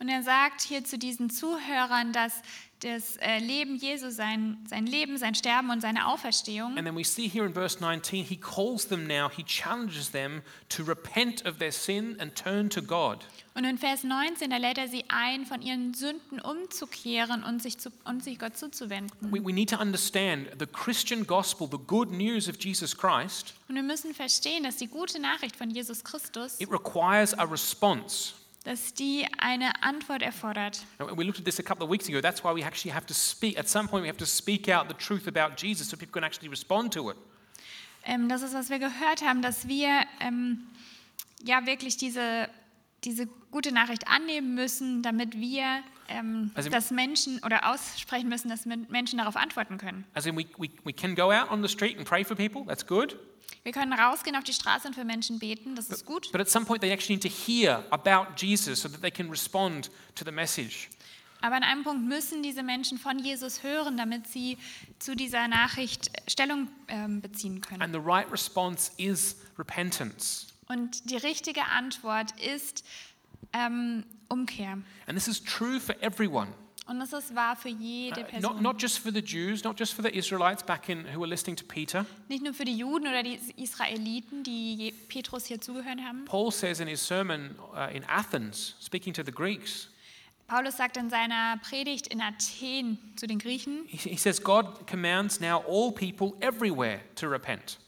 Speaker 1: Und er sagt hier zu diesen Zuhörern, dass das äh, Leben Jesu, sein, sein Leben, sein Sterben und seine Auferstehung.
Speaker 2: And then we see here in verse 19, he calls them now, he challenges them to repent of their sin and turn to God.
Speaker 1: Und in Vers 19, da lädt er sie ein, von ihren Sünden umzukehren und sich, zu, und sich Gott zuzuwenden.
Speaker 2: We, we need to understand the Christian gospel, the good news of Jesus Christ,
Speaker 1: Und wir müssen verstehen, dass die gute Nachricht von Jesus Christus,
Speaker 2: it requires a response.
Speaker 1: dass die eine Antwort erfordert.
Speaker 2: And we looked at this a couple of weeks ago. That's why we actually have to speak. At some point, we have to speak out the truth about Jesus so people can actually respond to it.
Speaker 1: Ähm, das ist, was wir gehört haben, dass wir ähm, ja wirklich diese, diese gute Nachricht annehmen müssen, damit wir ähm,
Speaker 2: Also-
Speaker 1: dass Menschen oder aussprechen müssen, dass men- Menschen darauf antworten können.
Speaker 2: As in, we, we, we can go out on the street and pray for people. That's good.
Speaker 1: Wir können rausgehen auf die Straße und für Menschen beten, das ist gut.
Speaker 2: But at some point, they actually need to hear about Jesus so that they can respond to the message.
Speaker 1: Aber an einem Punkt müssen diese Menschen von Jesus hören, damit sie zu dieser Nachricht Stellung ähm, beziehen können.
Speaker 2: And the right response is repentance.
Speaker 1: Und die richtige Antwort ist ähm, Umkehr.
Speaker 2: And this is true for everyone.
Speaker 1: Und das ist wahr für jede
Speaker 2: Uh, not,
Speaker 1: Person.
Speaker 2: not just for the Jews, not just for the Israelites back in who were listening to Peter.
Speaker 1: Nicht nur für die Juden oder die Israeliten, die Je- Petrus hier zugehört haben.
Speaker 2: Paul says in his sermon uh, in Athens, speaking to the Greeks,
Speaker 1: Paulus sagt in seiner Predigt in Athen zu den Griechen,
Speaker 2: he, he says, God commands now all people everywhere to repent.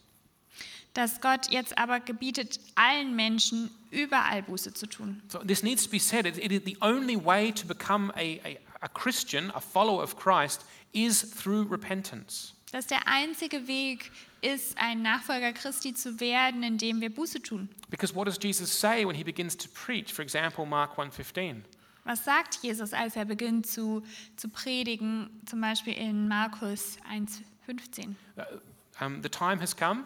Speaker 1: dass Gott jetzt aber gebietet, allen Menschen überall Buße zu tun.
Speaker 2: So this needs to be said. It, it is the only way to become a, a, a Christian, a follower of Christ, is through repentance.
Speaker 1: Dass der einzige Weg ist, ein Nachfolger Christi zu werden, indem wir Buße tun.
Speaker 2: Because what does Jesus say when he begins to preach? For example, Mark 1.15.
Speaker 1: Was sagt Jesus, als er beginnt zu, zu predigen, zum Beispiel in Markus 1,15?
Speaker 2: Um, the time has come,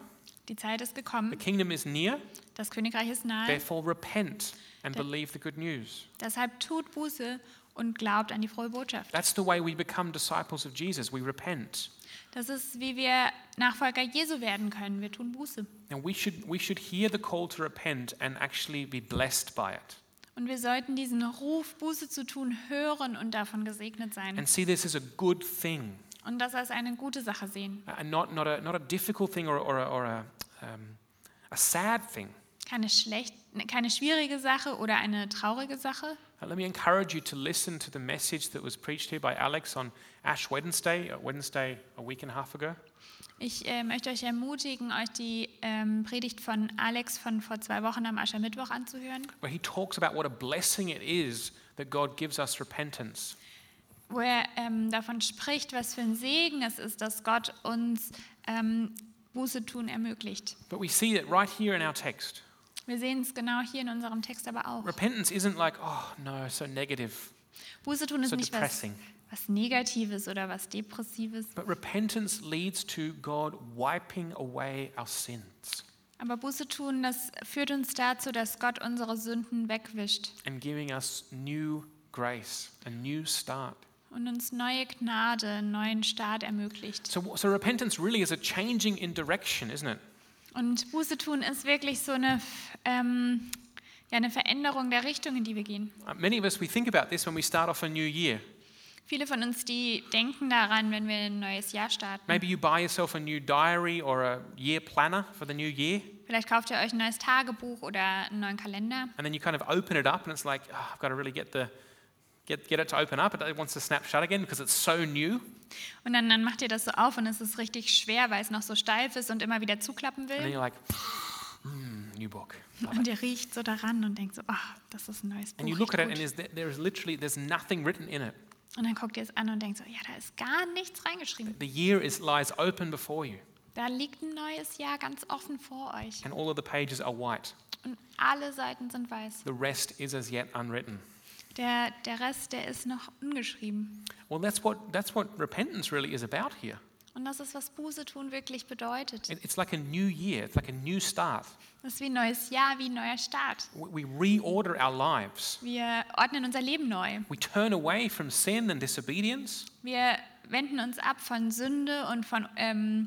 Speaker 1: Die Zeit ist
Speaker 2: the
Speaker 1: gekommen,
Speaker 2: kingdom is near,
Speaker 1: das Königreich ist nahe.
Speaker 2: therefore repent and
Speaker 1: Da-
Speaker 2: believe the good news.
Speaker 1: Deshalb tut Buße und glaubt an die frohe Botschaft.
Speaker 2: That's the way we become disciples of Jesus. We repent.
Speaker 1: Das ist, wie wir Nachfolger Jesu werden können. Wir tun Buße.
Speaker 2: And we should, we should hear the call to repent and actually be blessed by it.
Speaker 1: Und wir sollten diesen Ruf, Buße zu tun, hören und davon gesegnet sein.
Speaker 2: And see this as a good thing
Speaker 1: Und das als eine gute Sache sehen.
Speaker 2: and not, not, a, not a difficult thing or, or, a, or a, um, a sad thing.
Speaker 1: Keine, schlecht, keine schwierige Sache oder eine traurige Sache.
Speaker 2: Uh, Let me encourage you to listen to the message that was preached here by Alex on Ash Wednesday, uh, Wednesday a week and a half ago.
Speaker 1: Ich äh, möchte euch ermutigen, euch die ähm, Predigt von Alex von vor zwei Wochen am Aschermittwoch anzuhören,
Speaker 2: where he talks about what a blessing it is that God gives us repentance.
Speaker 1: wo er ähm, davon spricht, was für ein Segen es ist, dass Gott uns ähm, Buße tun ermöglicht.
Speaker 2: But we see it right here in our text.
Speaker 1: Wir sehen es genau hier in unserem Text aber auch.
Speaker 2: Repentance isn't like, oh no, so negative,
Speaker 1: Buße tun ist
Speaker 2: so
Speaker 1: nicht was,
Speaker 2: depressing.
Speaker 1: was Negatives oder was Depressives.
Speaker 2: But repentance leads to God wiping away our sins
Speaker 1: Aber Buße tun, das führt uns dazu, dass Gott unsere Sünden wegwischt
Speaker 2: and giving us new grace, a new start.
Speaker 1: und uns neue Gnade, einen neuen Start ermöglicht.
Speaker 2: So, so repentance really is a changing in direction, isn't it?
Speaker 1: Und Buße tun ist wirklich so eine, ähm, ja, eine Veränderung der Richtung, in die wir gehen.
Speaker 2: Uh, Many of us, we think about this when we start off a new year.
Speaker 1: Viele von uns, die denken daran, wenn wir ein neues Jahr starten.
Speaker 2: Maybe you buy yourself a new diary or a year planner for the new year.
Speaker 1: Vielleicht kauft ihr euch ein neues Tagebuch oder einen neuen Kalender.
Speaker 2: and then you kind of open it up and it's like "Ah, i've got to really get the get, get it to open up it wants to snap shut again because it's so new
Speaker 1: Und dann, dann macht ihr das so auf und es ist richtig schwer, weil es noch so steif ist und immer wieder zuklappen
Speaker 2: and then
Speaker 1: will.
Speaker 2: you're like mm, new book
Speaker 1: Und ihr riecht so daran und denkt so, ach, das ist ein neues Buch.
Speaker 2: and you
Speaker 1: riecht
Speaker 2: look at it
Speaker 1: gut."
Speaker 2: and is there, there is literally there's nothing written in it
Speaker 1: Und dann guckt ihr es an und denkt so, ja, da ist gar nichts reingeschrieben.
Speaker 2: the year is lies open before you
Speaker 1: Da liegt ein neues Jahr ganz offen vor euch.
Speaker 2: and all of the pages are white
Speaker 1: Und alle Seiten sind weiß.
Speaker 2: the rest is as yet unwritten
Speaker 1: Der, der Rest, der ist noch ungeschrieben.
Speaker 2: well that's what that's what repentance really is about here
Speaker 1: Und das ist, was Buße tun wirklich bedeutet.
Speaker 2: It- It's like a new year, it's like a new start.
Speaker 1: Das ist wie ein neues Jahr, wie ein neuer Start.
Speaker 2: We we reorder our lives.
Speaker 1: Wir ordnen unser Leben neu.
Speaker 2: We turn away from sin and disobedience.
Speaker 1: Wir wenden uns ab von Sünde und von ähm,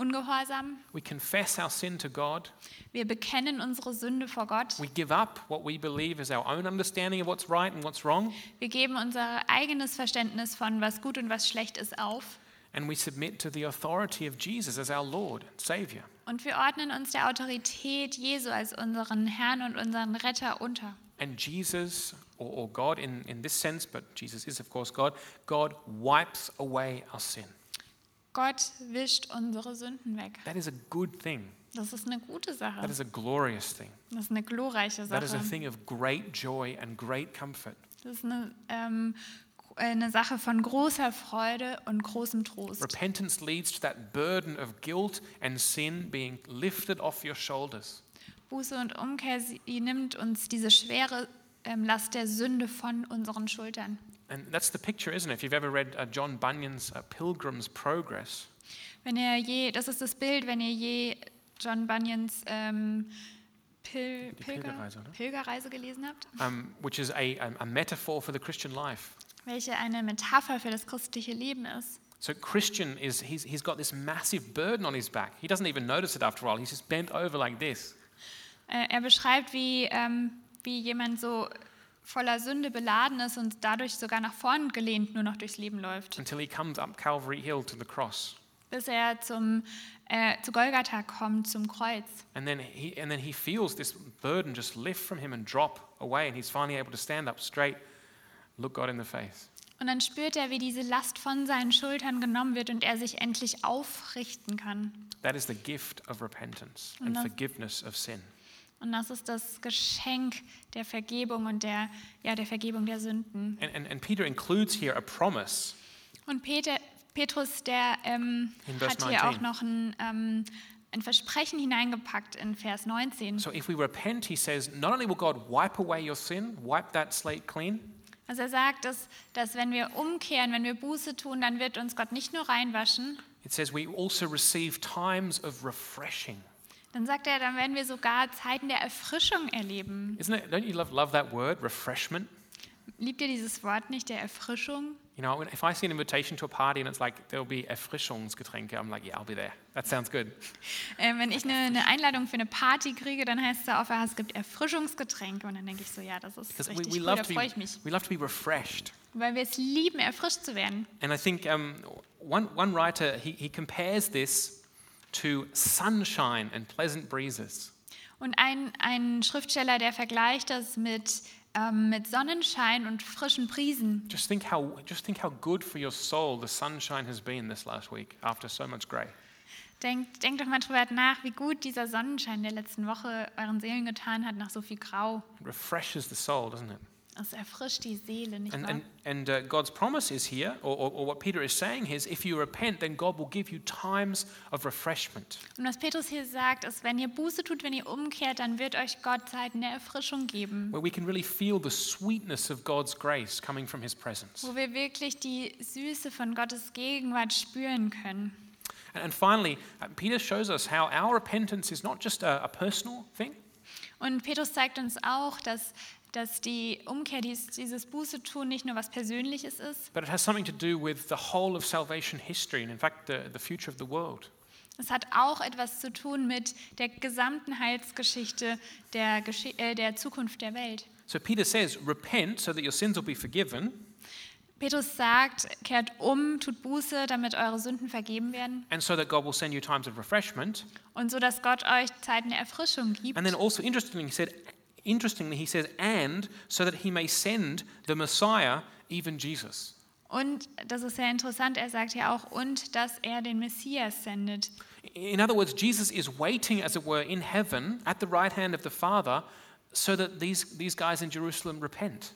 Speaker 1: Ungehorsam.
Speaker 2: We confess our sin to God.
Speaker 1: Wir bekennen unsere Sünde vor Gott.
Speaker 2: We give up what we believe is our own understanding of what's right and what's wrong.
Speaker 1: Wir geben unser eigenes Verständnis von was gut und was schlecht ist auf.
Speaker 2: And we submit to the authority of Jesus as our Lord and Savior.
Speaker 1: Und wir ordnen uns der Autorität Jesu als unseren Herrn und unseren Retter unter.
Speaker 2: And Jesus, or, or God in, in this sense, but Jesus is, of course, God, God wipes away our sin.
Speaker 1: Gott wischt unsere Sünden weg.
Speaker 2: That is a good thing.
Speaker 1: Das ist eine gute Sache.
Speaker 2: That is a glorious thing.
Speaker 1: Das ist eine glorreiche
Speaker 2: That is a
Speaker 1: Sache.
Speaker 2: thing of great joy and great comfort.
Speaker 1: Das ist eine, ähm, eine Sache von großer Freude und großem Trost.
Speaker 2: Repentance leads to that burden of guilt and sin being lifted off your shoulders.
Speaker 1: Buße und Umkehr, sie nimmt uns diese schwere ähm, Last der Sünde von unseren Schultern.
Speaker 2: And that's the picture, isn't it? If you've ever read uh, John Bunyan's uh, Pilgrim's Progress,
Speaker 1: Wenn ihr je, das ist das Bild, wenn ihr je John Bunyans ähm, Pil,
Speaker 2: Die
Speaker 1: Pilger,
Speaker 2: Pilgerreise, oder?
Speaker 1: Pilgerreise gelesen habt,
Speaker 2: um, which is a, a- a metaphor for the Christian life.
Speaker 1: welche eine Metapher für das christliche Leben ist.
Speaker 2: So Christian is he's, he's got this massive burden on his back. He doesn't even notice it after all. He's just bent over like this.
Speaker 1: Äh, er beschreibt, wie, ähm, wie jemand so voller Sünde beladen ist und dadurch sogar nach vorn gelehnt nur noch durchs Leben läuft,
Speaker 2: until he comes up Calvary Hill to the cross.
Speaker 1: bis er zum, äh, zu Golgatha kommt, zum Kreuz.
Speaker 2: And then he, and then he feels this burden just lift from him and drop away, and he's finally able to stand up straight, look God in the face.
Speaker 1: Und dann spürt er, wie diese Last von seinen Schultern genommen wird und er sich endlich aufrichten kann.
Speaker 2: That is the gift of repentance and
Speaker 1: Amen.
Speaker 2: forgiveness of sin.
Speaker 1: Und das ist das Geschenk der Vergebung und der, ja, der Vergebung der Sünden.
Speaker 2: And, and, and Peter includes here a promise.
Speaker 1: Und Peter, Petrus, der ähm,
Speaker 2: In verse
Speaker 1: hat hier
Speaker 2: 19.
Speaker 1: auch noch ein, ähm, ein Versprechen hineingepackt in Vers 19.
Speaker 2: So if we repent, he says, not only will God wipe away your sin, wipe that slate clean,
Speaker 1: Also er sagt, dass, dass wenn wir umkehren, wenn wir Buße tun, dann wird uns Gott nicht nur reinwaschen,
Speaker 2: it says we also receive times of refreshing.
Speaker 1: dann sagt er, dann werden wir sogar Zeiten der Erfrischung erleben.
Speaker 2: Isn't it? Don't you love, love that word, refreshment?
Speaker 1: Liebt ihr dieses Wort nicht, der Erfrischung?
Speaker 2: You know, if I see an invitation to a party and it's like, there'll be Erfrischungsgetränke, I'm like, yeah, I'll be there. That sounds good.
Speaker 1: Ähm, wenn ich eine, eine Einladung für eine Party kriege, dann heißt es da auf, es gibt Erfrischungsgetränke. Und dann denke ich so, ja, das ist
Speaker 2: Because we,
Speaker 1: richtig
Speaker 2: we,
Speaker 1: cool,
Speaker 2: love
Speaker 1: da
Speaker 2: to
Speaker 1: freue
Speaker 2: be,
Speaker 1: ich mich.
Speaker 2: we love to be refreshed.
Speaker 1: Weil wir es lieben, erfrischt zu werden.
Speaker 2: And I think um, one, one writer, he, he compares this to sunshine and pleasant breezes.
Speaker 1: Und ein, ein Schriftsteller, der vergleicht das mit, ähm, mit Sonnenschein und frischen Brisen.
Speaker 2: Just think, how, just think how good for your soul the sunshine has been this last week after so much grey.
Speaker 1: Denkt, denkt doch mal drüber nach, wie gut dieser Sonnenschein der letzten Woche euren Seelen getan hat nach so viel Grau.
Speaker 2: It refreshes the soul, doesn't it?
Speaker 1: Es erfrischt die Seele, nicht
Speaker 2: And,
Speaker 1: wahr?
Speaker 2: and, and uh, God's promise is here, or, or, or what Peter is saying is if you repent, then God will give you times of refreshment.
Speaker 1: Und was Petrus hier sagt, ist, wenn ihr Buße tut, wenn ihr umkehrt, dann wird euch Gott Zeiten der Erfrischung geben.
Speaker 2: where we can really feel the sweetness of God's grace coming from His presence.
Speaker 1: wo wir wirklich die Süße von Gottes Gegenwart spüren können.
Speaker 2: And, and finally, uh, Peter shows us how our repentance is not just a, a personal thing,
Speaker 1: Und Petrus zeigt uns auch, dass, dass die Umkehr, dies, dieses Buße tun, nicht nur was Persönliches ist.
Speaker 2: but it has something to do with the whole of salvation history and, in fact, the, the future of the world.
Speaker 1: Es hat auch etwas zu tun mit der gesamten Heilsgeschichte der, Gesche äh, der Zukunft der Welt.
Speaker 2: So Peter says, Repent so that your sins will be forgiven,
Speaker 1: Petrus sagt, kehrt um, tut Buße, damit eure Sünden vergeben werden
Speaker 2: and so that God will send you times of refreshment.
Speaker 1: und so, dass Gott euch Zeiten der Erfrischung gibt.
Speaker 2: And then also, interestingly, he said, Interestingly, he says, and so that he may send the Messiah, even Jesus.
Speaker 1: Und das ist sehr interessant, er sagt ja auch, und dass er den Messias sendet.
Speaker 2: In other words, Jesus is waiting, as it were, in heaven at the right hand of the Father so that these, these guys in Jerusalem repent.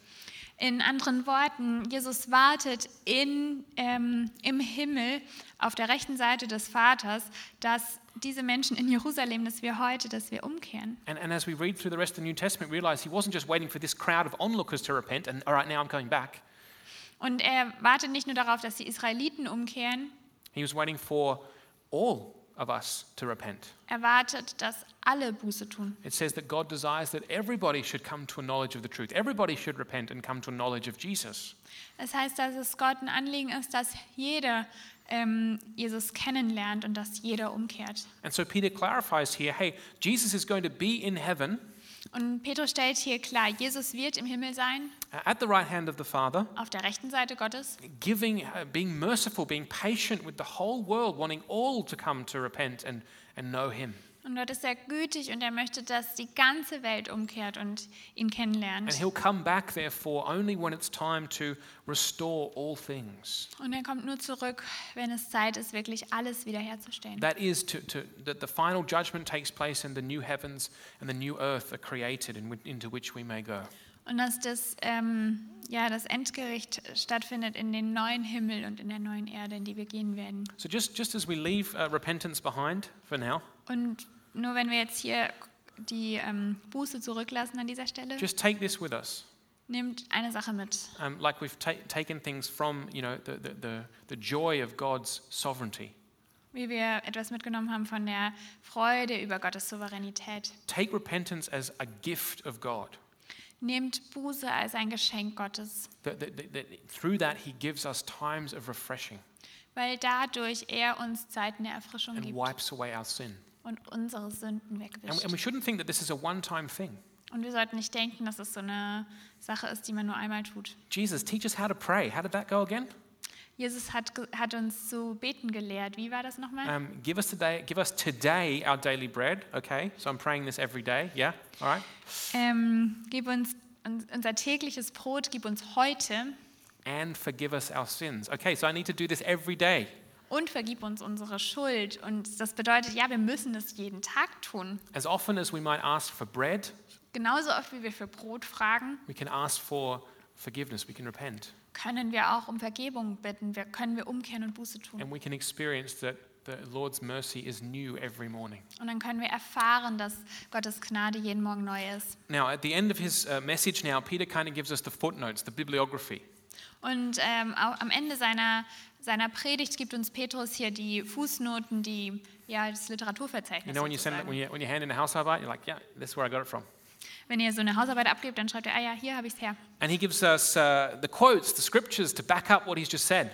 Speaker 1: In anderen Worten, Jesus wartet in, ähm, im Himmel auf der rechten Seite des Vaters, dass diese Menschen in Jerusalem, dass wir heute, dass wir umkehren.
Speaker 2: And, and as we read through the rest of the New Testament, realize he wasn't just waiting for this crowd of onlookers to repent and, all right, now I'm coming back.
Speaker 1: Und er wartet nicht nur darauf, dass die Israeliten umkehren,
Speaker 2: He was waiting for all of us to repent.
Speaker 1: Er wartet, dass alle Buße tun.
Speaker 2: It says that God desires that everybody should come to a knowledge of the truth. Everybody should repent and come to a knowledge of Jesus.
Speaker 1: Das heißt, dass es Gott ein Anliegen ist, dass jeder ähm, Jesus kennenlernt und dass jeder umkehrt.
Speaker 2: And so Peter clarifies here hey, Jesus is going to be in heaven
Speaker 1: Und Petrus stellt hier klar, Jesus wird im Himmel sein,
Speaker 2: uh, at the right hand of the Father,
Speaker 1: auf der rechten Seite Gottes,
Speaker 2: giving, uh, being merciful, being patient with the whole world, wanting all to come to repent and, and know him.
Speaker 1: Und Gott ist sehr gütig und er möchte, dass die ganze Welt umkehrt und ihn
Speaker 2: And
Speaker 1: kennenlernt.
Speaker 2: he'll come back, therefore, only when it's time to restore all things.
Speaker 1: Und er kommt nur zurück, wenn es Zeit ist, wirklich alles wiederherzustellen.
Speaker 2: That is, to, to, that the final judgment takes place and the new heavens and the new earth are created and wi- into which we may go.
Speaker 1: Und dass das, ähm, ja, das Endgericht stattfindet in den neuen Himmel und in der neuen Erde, in die wir gehen werden.
Speaker 2: So, just, just as we leave uh, repentance behind for now,
Speaker 1: Und nur wenn wir jetzt hier die ähm, Buße zurücklassen an dieser Stelle,
Speaker 2: just take this with us.
Speaker 1: nimmt eine Sache mit.
Speaker 2: Um, like we've ta- taken things from you know, the, the, the, the joy of God's sovereignty.
Speaker 1: Wie wir etwas mitgenommen haben von der Freude über Gottes Souveränität.
Speaker 2: Take repentance as a gift of God,
Speaker 1: Nehmt Buße als ein Geschenk Gottes.
Speaker 2: that, that, that, that through that, He gives us times of refreshing
Speaker 1: weil dadurch er uns Zeiten der Erfrischung
Speaker 2: and
Speaker 1: gibt
Speaker 2: wipes away our sin.
Speaker 1: und unsere Sünden
Speaker 2: And, and we
Speaker 1: wegwischt.
Speaker 2: shouldn't think that this is a one time thing.
Speaker 1: Und wir sollten nicht denken, dass es so eine Sache ist, die man nur einmal tut.
Speaker 2: Jesus, teach us how to pray. How did that go again?
Speaker 1: Jesus hat, ge- hat uns zu beten gelehrt. Wie war das nochmal?
Speaker 2: Um, give us today, give us today our daily bread. Okay, so I'm praying this every day. Yeah, all right.
Speaker 1: Ähm, gib uns un- unser tägliches Brot, gib uns heute
Speaker 2: And forgive us our sins. Okay, so I need to do this every day.
Speaker 1: und vergib uns unsere Schuld. Und das bedeutet, ja, wir müssen das jeden Tag tun.
Speaker 2: As often as we might ask for bread,
Speaker 1: Genauso oft, wie wir für Brot fragen,
Speaker 2: we can ask for forgiveness. We can repent,
Speaker 1: können wir auch um Vergebung bitten. Wir können wir umkehren und Buße tun.
Speaker 2: and we can experience that the Lord's mercy is new every morning.
Speaker 1: Und dann können wir erfahren, dass Gottes Gnade jeden Morgen neu ist.
Speaker 2: Now, at the end of his uh, message, now Peter kind of gives us the footnotes, the bibliography.
Speaker 1: Und ähm, au- am Ende seiner, seiner Predigt gibt uns Petrus hier die Fußnoten, die ja das
Speaker 2: You
Speaker 1: Literaturverzeichnis.
Speaker 2: know, when you send that,
Speaker 1: sozusagen.
Speaker 2: when you when you hand in a Hausarbeit, you're like, yeah, this is where I got it from.
Speaker 1: Wenn ihr so eine Hausarbeit abgebt, dann schreibt ihr, ah ja, hier habe ich es her.
Speaker 2: And he gives us uh, the quotes, the scriptures to back up what he's just said.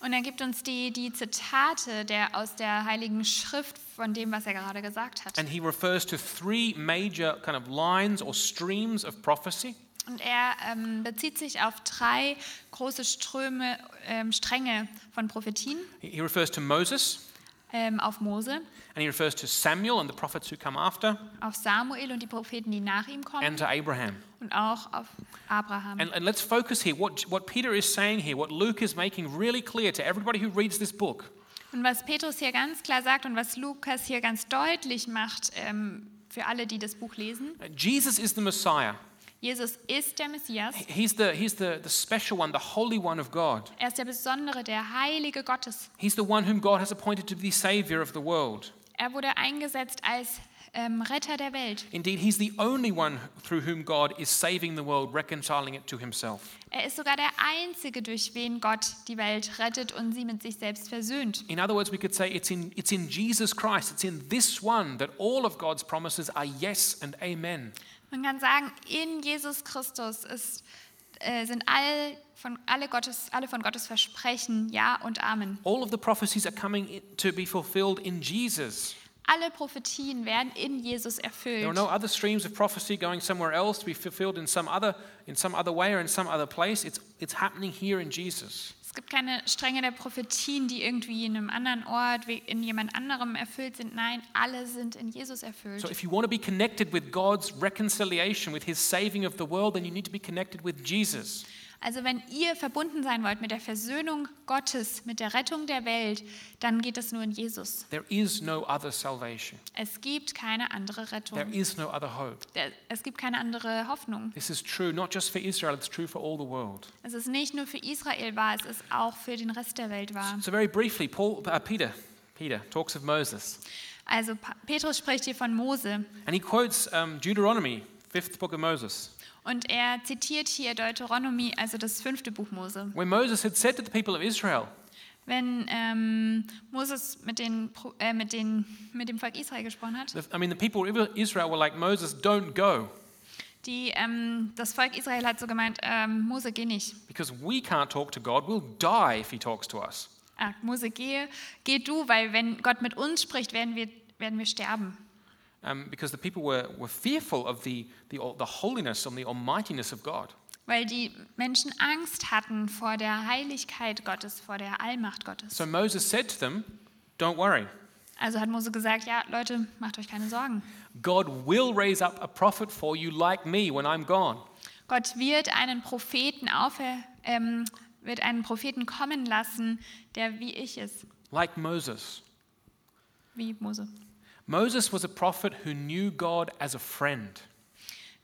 Speaker 1: Und er gibt uns die, die Zitate der, aus der Heiligen Schrift von dem, was er gerade gesagt hat.
Speaker 2: And he refers to three major kind of lines or streams of prophecy.
Speaker 1: Und er ähm, bezieht sich auf drei große Ströme, ähm, Stränge von Prophetien,
Speaker 2: He he refers to Moses,
Speaker 1: ähm, auf Mose,
Speaker 2: and he refers to Samuel and the prophets who come after,
Speaker 1: auf Samuel und die Propheten, die nach ihm kommen.
Speaker 2: and to Abraham.
Speaker 1: und auch auf Abraham.
Speaker 2: And, and let's focus here. What, what Peter is saying here, what Luke is making really clear to everybody who reads this book,
Speaker 1: Und was Petrus hier ganz klar sagt und was Lukas hier ganz deutlich macht ähm, für alle, die das Buch lesen,
Speaker 2: uh, Jesus is the Messiah.
Speaker 1: Jesus ist der Messias.
Speaker 2: He- He's, the, he's the, the special one, the holy one of God.
Speaker 1: Er ist der Besondere, der Heilige Gottes.
Speaker 2: He's the one whom God has appointed to be the Savior of the world.
Speaker 1: Er wurde eingesetzt als ähm, Retter der Welt.
Speaker 2: Indeed, he's the only one through whom God is saving the world, reconciling it to himself.
Speaker 1: Er ist sogar der Einzige, durch wen Gott die Welt rettet und sie mit sich selbst versöhnt.
Speaker 2: In other words, we could say it's in, it's in Jesus Christ, it's in this one that all of God's promises are yes and amen.
Speaker 1: Man kann sagen, in Jesus Christus ist, äh, sind all von, alle, Gottes, alle von Gottes Versprechen Ja und Amen.
Speaker 2: All of the prophecies are coming i- to be fulfilled in Jesus.
Speaker 1: Alle Prophetien werden in Jesus
Speaker 2: There are
Speaker 1: erfüllt.
Speaker 2: no other streams of prophecy going somewhere else to be fulfilled in some other, in some other way or in some other place. It's, it's happening here in Jesus.
Speaker 1: Es gibt keine Stränge der Prophetien, die irgendwie in einem anderen Ort, wie in jemand anderem erfüllt sind. Nein, alle sind in Jesus erfüllt.
Speaker 2: So if you want to be connected with God's reconciliation, with his saving of the world, then you need to be connected with Jesus.
Speaker 1: Also wenn ihr verbunden sein wollt mit der Versöhnung Gottes, mit der Rettung der Welt, dann geht es nur in Jesus.
Speaker 2: There is no other salvation.
Speaker 1: Es gibt keine andere
Speaker 2: There
Speaker 1: Rettung.
Speaker 2: is no other hope.
Speaker 1: Der- Es gibt keine andere Hoffnung.
Speaker 2: This is true not just for Israel, it's true for all the world.
Speaker 1: Es ist nicht nur für Israel wahr, es ist auch für den Rest der Welt wahr.
Speaker 2: So very briefly, Paul, uh, Peter, Peter talks of Moses,
Speaker 1: Also Pa- Petrus spricht hier von Mose
Speaker 2: and he quotes um, Deuteronomy, fifth book of Moses,
Speaker 1: und er zitiert hier Deuteronomy, also das fünfte Buch Mose.
Speaker 2: where Moses had said to the people of Israel,
Speaker 1: wenn ähm, Moses mit, den, Pro- äh, mit, den, mit dem Volk Israel gesprochen hat.
Speaker 2: The- I mean, the people of Israel were like, Moses, don't go,
Speaker 1: Die, ähm, das Volk Israel hat so gemeint, ähm, Mose, geh nicht.
Speaker 2: because we can't talk to God. We'll die if he talks to us.
Speaker 1: Ah, Mose, gehe, geh du, weil wenn Gott mit uns spricht, werden wir, werden wir sterben.
Speaker 2: Um, because the people were, were fearful of the, the, the holiness and the almightiness of God.
Speaker 1: Weil die Menschen Angst hatten vor der Heiligkeit Gottes, vor der Allmacht Gottes.
Speaker 2: So Moses said to them, Don't worry,
Speaker 1: Also hat Mose gesagt, ja Leute, macht euch keine Sorgen.
Speaker 2: God will raise up a prophet for you like me when I'm gone.
Speaker 1: Gott wird einen Propheten aufer, ähm, wird einen Propheten kommen lassen, der wie ich ist,
Speaker 2: Like Moses.
Speaker 1: wie Mose.
Speaker 2: Moses was a prophet who knew God as a friend,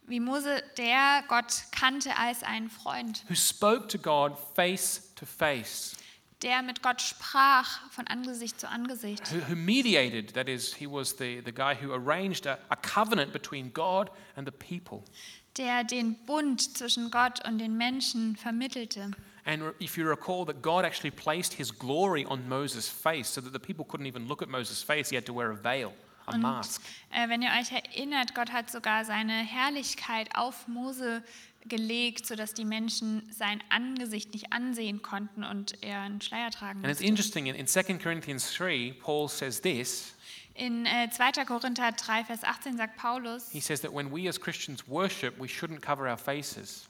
Speaker 1: Wie Mose, der Gott kannte als einen Freund,
Speaker 2: who spoke to God face to face,
Speaker 1: der mit Gott sprach von Angesicht zu Angesicht,
Speaker 2: who, who mediated, that is, he was the, the guy who arranged a, a covenant between God and the people.
Speaker 1: der den Bund zwischen Gott und den Menschen vermittelte.
Speaker 2: And re- if you recall, that God actually placed his glory on Moses' face so that the people couldn't even look at Moses' face. He had to wear a veil, a mask.
Speaker 1: Äh, wenn ihr euch erinnert, Gott hat sogar seine Herrlichkeit auf Mose gelegt, sodass die Menschen sein Angesicht nicht ansehen konnten und er einen Schleier tragen
Speaker 2: And it's
Speaker 1: musste.
Speaker 2: interesting, in, in 2 Corinthians 3, Paul says this.
Speaker 1: In äh, 2. Korinther 3, Vers 18 sagt Paulus,
Speaker 2: He says that when we as Christians worship, we shouldn't cover our faces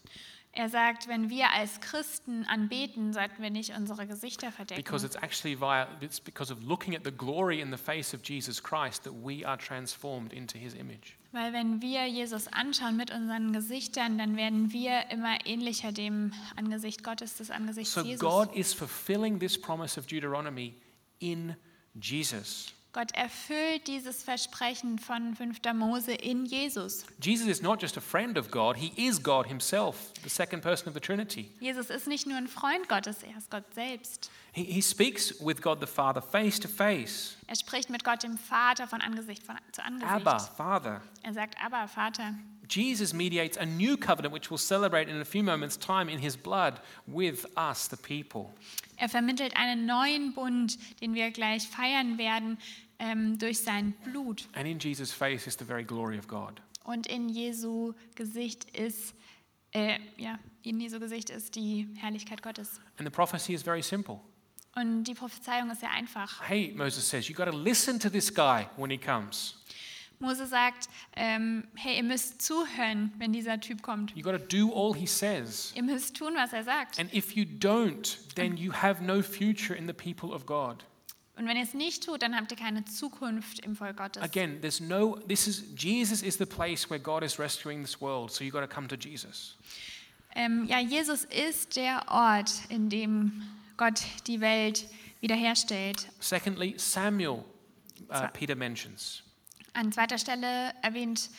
Speaker 1: er sagt, wenn wir als Christen anbeten, sollten wir nicht unsere Gesichter verdecken.
Speaker 2: because it's actually via, it's because of looking at the glory in the face of Jesus Christ that we are transformed into his image.
Speaker 1: Weil wenn wir Jesus anschauen mit unseren Gesichtern, dann werden wir immer ähnlicher dem Angesicht Gottes, des Angesichts
Speaker 2: So
Speaker 1: Jesus.
Speaker 2: God is fulfilling this promise of Deuteronomy in Jesus.
Speaker 1: Gott erfüllt dieses Versprechen von 5. Mose in Jesus.
Speaker 2: Jesus is not just a friend of God, he is God himself, the second person of the Trinity.
Speaker 1: Jesus ist nicht nur ein Freund Gottes, er ist Gott selbst.
Speaker 2: He, he speaks with God the Father face to face.
Speaker 1: Er spricht mit Gott dem Vater von Angesicht von, zu Angesicht.
Speaker 2: Abba, Father.
Speaker 1: Er sagt, aber Vater.
Speaker 2: Jesus mediates a new covenant which we'll celebrate in a few moments' time in his blood with us, the people.
Speaker 1: Er vermittelt einen neuen Bund, den wir gleich feiern werden ähm, durch sein Blut.
Speaker 2: And in Jesus' face is the very glory of God.
Speaker 1: Und in Jesu Gesicht ist, äh, ja, in Jesu Gesicht ist die Herrlichkeit Gottes.
Speaker 2: And the prophecy is very simple.
Speaker 1: Und die Prophezeiung ist sehr einfach.
Speaker 2: Hey, Moses says, you got to listen to this guy when he comes.
Speaker 1: Mose sagt, ähm, hey, ihr müsst zuhören, wenn dieser Typ kommt.
Speaker 2: you got to do all he says.
Speaker 1: Ihr müsst tun, was er sagt.
Speaker 2: And if you don't, then you have no future in the people of God.
Speaker 1: Und wenn ihr es nicht tut, dann habt ihr keine Zukunft im Volk Gottes.
Speaker 2: Again, there's no, this is, Jesus is the place where God is rescuing this world. So you got to come to Jesus.
Speaker 1: Ähm, ja, Jesus ist der Ort, in dem Gott die Welt wiederherstellt.
Speaker 2: Secondly, Samuel, uh,
Speaker 1: Sa-
Speaker 2: Peter mentions.
Speaker 1: An zweiter Stelle erwähnt